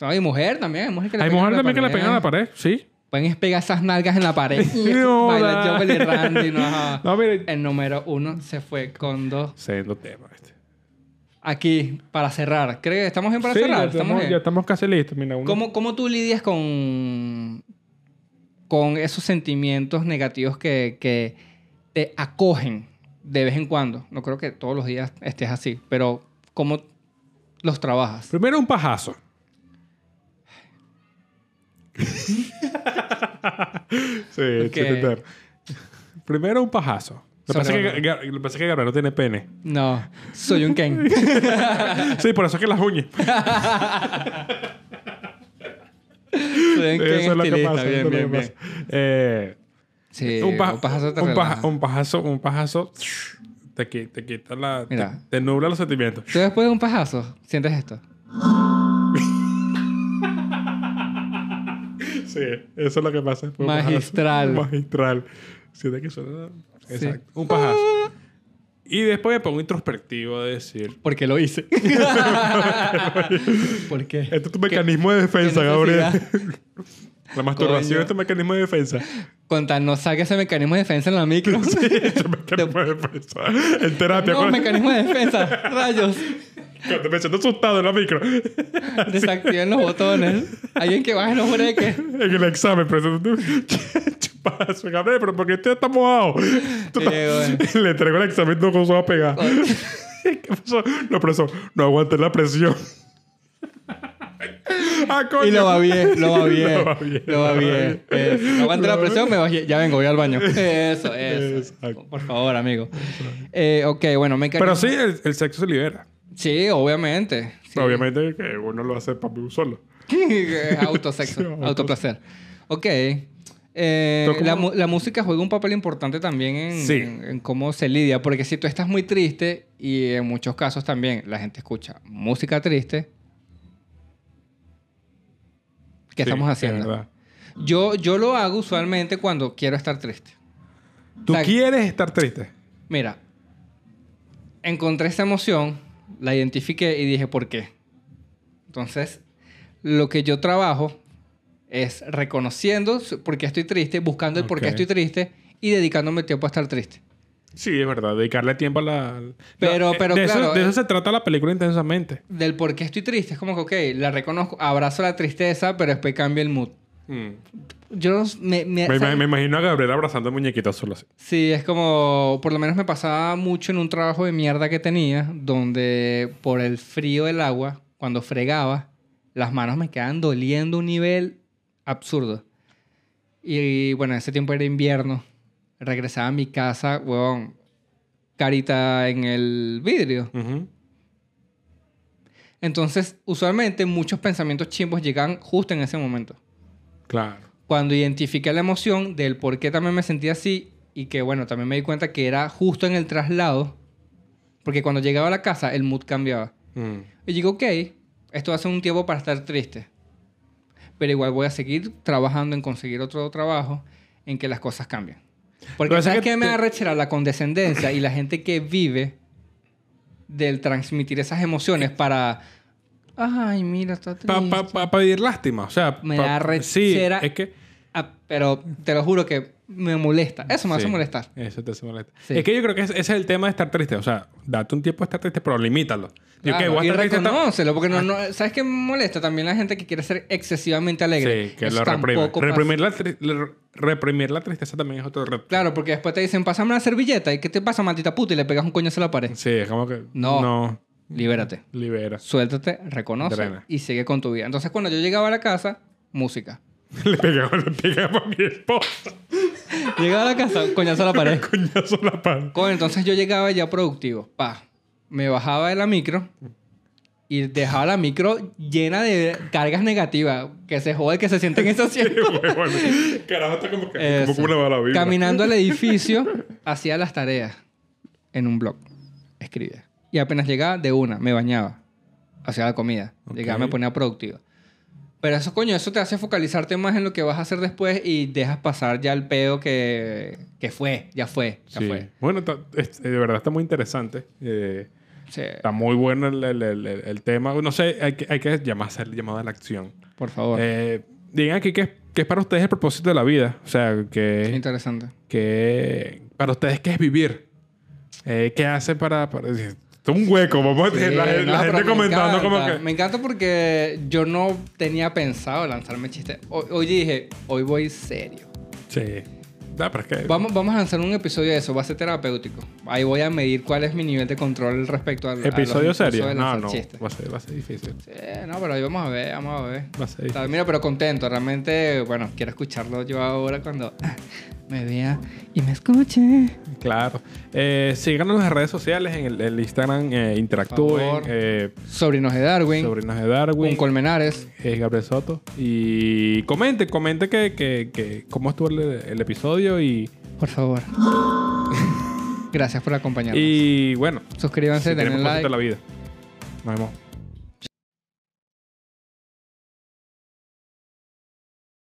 No, y mujer también. Hay mujer, que le
Hay
pegan
mujer
en
también que le pegan a la pared. Sí.
Pueden es pegar esas nalgas en la
[laughs]
pared. [laughs]
No,
Baila
da.
Jovel y Randy. No, ajá.
[laughs] No, mire.
El número uno se fue con dos.
Segundo tema. Este.
Aquí, para cerrar. ¿Crees que estamos bien para
Sí,
cerrar?
ya estamos,
bien.
ya estamos casi listos. Mira, uno-
¿Cómo, cómo tú lidias con, con esos sentimientos negativos que, que te acogen de vez en cuando? No creo que todos los días estés así, pero ¿cómo los trabajas?
Primero un
[laughs]
pajazo. sí,
Ok.
sin entender. Primero un pajazo. Lo que pasa es que, Ga- lo que pasa es que Gabriel no tiene
[laughs]
pene.
No, soy
[laughs]
un Ken.
Sí, por eso es que las uñas.
soy un Ken
Eso es lo que
estilista.
pasa. eso
Bien,
es lo
bien,
que
bien.
pasa. Eh,
Sí,
un,
un,
pa-
pajazo te
un paja-
relaja.
un pajazo, un pajazo te, qui- te quita la. Te,
Mira.
te nubla los sentimientos.
¿Tú después de un pajazo sientes esto?
Sí, eso es lo que pasa. después de un
Magistral.
pajazo. magistral. Siente que suena.
Sí.
Exacto. Un pajazo. Y después me pongo introspectivo de decir.
Porque lo [laughs] hice. ¿Por qué?
Este es tu mecanismo de defensa,
qué
Gabriel.
necesidad?
[laughs] La masturbación
Coño.
es tu mecanismo de [laughs] defensa.
Con tal no saque ese mecanismo de defensa en
[laughs]
la micro.
Es tu mecanismo de defensa. En terapia.
No,
con-
mecanismo
[laughs]
de defensa. Rayos.
Cuando me siento asustado en la micro.
Desactiven los botones. Alguien que baje los breques.
en el examen, pero tú- [laughs] chupazo, Gabriel, pero porque usted está mojado. Tú
Sí,
estás- [laughs] Le entregó el examen no con su pegada. [laughs] ¿Qué pasó? No, profesor, no aguanté la
[laughs]
presión. ah, coño.
Y lo va bien, lo va bien.
[laughs] Lo babié,
Lo va
lo
bien. Eso. Aguante la presión, pues, me bajé. Ya vengo, voy
[laughs]
al baño. Eso, eso.
Exacto.
Por favor, amigo. Eh, ok, bueno, me
Pero sí, el, el sexo se libera.
Sí, obviamente. Sí.
Obviamente que uno lo hace para mí solo.
Es [laughs]
[laughs]
Autosexo,
Sí, auto-
autoplacer. Ok. Eh,
¿Tú cómo-
la, mu- la música juega un papel importante también en,
Sí.
en- en cómo se lidia, porque si tú estás muy triste, y en muchos casos también la gente escucha música triste, ¿qué
Sí,
estamos
es
haciendo?
verdad.
Yo, yo lo hago usualmente cuando quiero estar triste.
¿Tú
Tac.
quieres estar triste?
Mira, encontré esta emoción, la identifiqué y dije, ¿por qué? Entonces, lo que yo trabajo es reconociendo su- por qué estoy triste, buscando el por qué
Ok.
estoy triste y dedicándome tiempo a estar triste.
Sí, es verdad. Dedicarle tiempo a la...
Pero-
eh,
pero
de
claro,
Eso, de
eh.
eso se trata la película intensamente.
Del por qué estoy triste, es como que, ok, la reconozco, abrazo la tristeza, pero después cambio el mood.
Mm.
Yo no s- me, me-
Me,
Eh,
me-
¿sabes?
me imagino a Gabriel abrazando el muñequito azul así.
Sí, es como, por lo menos me pasaba mucho en un trabajo de mierda que tenía, donde por el frío del agua, cuando fregaba, las manos me quedaban doliendo a un nivel absurdo. Y bueno, ese tiempo era invierno. Regresaba a mi casa, huevón, carita en el vidrio.
Ujú.
Entonces, usualmente muchos pensamientos chimbos llegan justo en ese momento.
Claro.
cuando identifiqué la emoción del por qué también me sentía así y que bueno, también me di cuenta que era justo en el traslado, porque cuando llegaba a la casa el mood cambiaba.
Mm.
Y digo, ok, esto va a ser un tiempo para estar triste, pero igual voy a seguir trabajando en conseguir otro trabajo en que las cosas cambien.
Lo
Porque
que pasa
¿sabes
es que
qué me
te-
da rechera? La condescendencia y la gente que vive del transmitir esas emociones para Ay, mira, está triste.
Para pedir lástima. O sea,
Me
pa-
da
Sí,
rechera.
es que.
Ah, pero te lo juro que me molesta. Eso me hace
Sí,
molestar.
Eso te hace molestar.
Sí.
Es que yo creo que es- ese es el tema de estar triste. O sea, date un tiempo de estar triste, pero limítalo. Yo que
Claro,
voy a
y
estar triste Ah. hasta-
reconócelo, porque no, no- ¿sabes qué me molesta? También la gente que quiere ser excesivamente alegre.
Sí, que
Eso
lo reprime.
tampoco pasa.
Reprimir la, tri- la- reprimir la tristeza también es otro reto.
Claro, porque después te dicen, pásame una servilleta. ¿Y qué te pasa, maldita puta? Y le pegas un coñazo a la pared.
Sí, es como que.
No.
No.
Libérate.
Libera. [laughs]
Suéltate, reconoce
Drena.
y sigue con tu vida. Entonces, cuando yo llegaba a la casa, música.
le pegamos, le pegamos a mi esposa. [laughs]
Llegaba a la casa, coñazo a la pared.
Coñazo la pan.
Coño, entonces yo llegaba ya productivo. Pa, me bajaba de la micro y dejaba la micro llena de cargas negativas. Que se jode, que se sienten
[laughs]
esos [laughs]
Carajo, está como que.
Eso.
Como una mala vibra.
Caminando al edificio, hacía las tareas en un blog. Escribía. Y apenas llegaba, de una, me bañaba. Hacía la comida.
Ok.
Llegaba, me ponía productiva. Pero eso, coño, eso te hace focalizarte más en lo que vas a hacer después y dejas pasar ya el peo que, que fue, ya fue, ya
Sí.
fue.
Bueno, ta- es- eh, de verdad está muy interesante. Eh,
Sí.
está muy bueno el, el- el- el- el tema. No sé, hay que, hay que llamar, hacer llamada a la acción.
Por favor.
Eh, digan aquí qué es- qué es para ustedes el propósito de la vida. O sea, que,
Interesante.
que para ustedes qué es vivir. Eh, ¿Qué hacen para...? para- Esto es un hueco. Vamos a
Sí,
tener la, la
Eh, no, pero
gente
me
comentando como
encanta.
que...
Me encanta porque yo no tenía pensado lanzarme chistes. Hoy, hoy dije, hoy voy serio.
Sí. Da, pero es que...
Vamos, vamos a lanzar un episodio de eso, va a ser terapéutico. Ahí voy a medir cuál es mi nivel de control respecto al
Episodio serio.
serio.
No, no. Va a, ser, va a ser difícil.
no, pero ahí vamos a ver, vamos a ver.
Va a ser
Está-
difícil.
Mira, pero contento, realmente, bueno, quiero escucharlo yo ahora cuando [laughs] me vea y me escuche.
Claro. Eh, síganos en las redes sociales, en el, el Instagram, eh, interactúen.
favor.
Eh,
Sobrinos de Darwin,
sobrinos de
un
Darwin.
Colmenares.
eh, Gabriel Soto. Y comente, comente que, que- que cómo estuvo el, el episodio. Y, [laughs]
Por favor. Gracias por acompañarnos.
y bueno, si
Suscríbanse, denle
tenemos
like.
la vida. Nos vemos.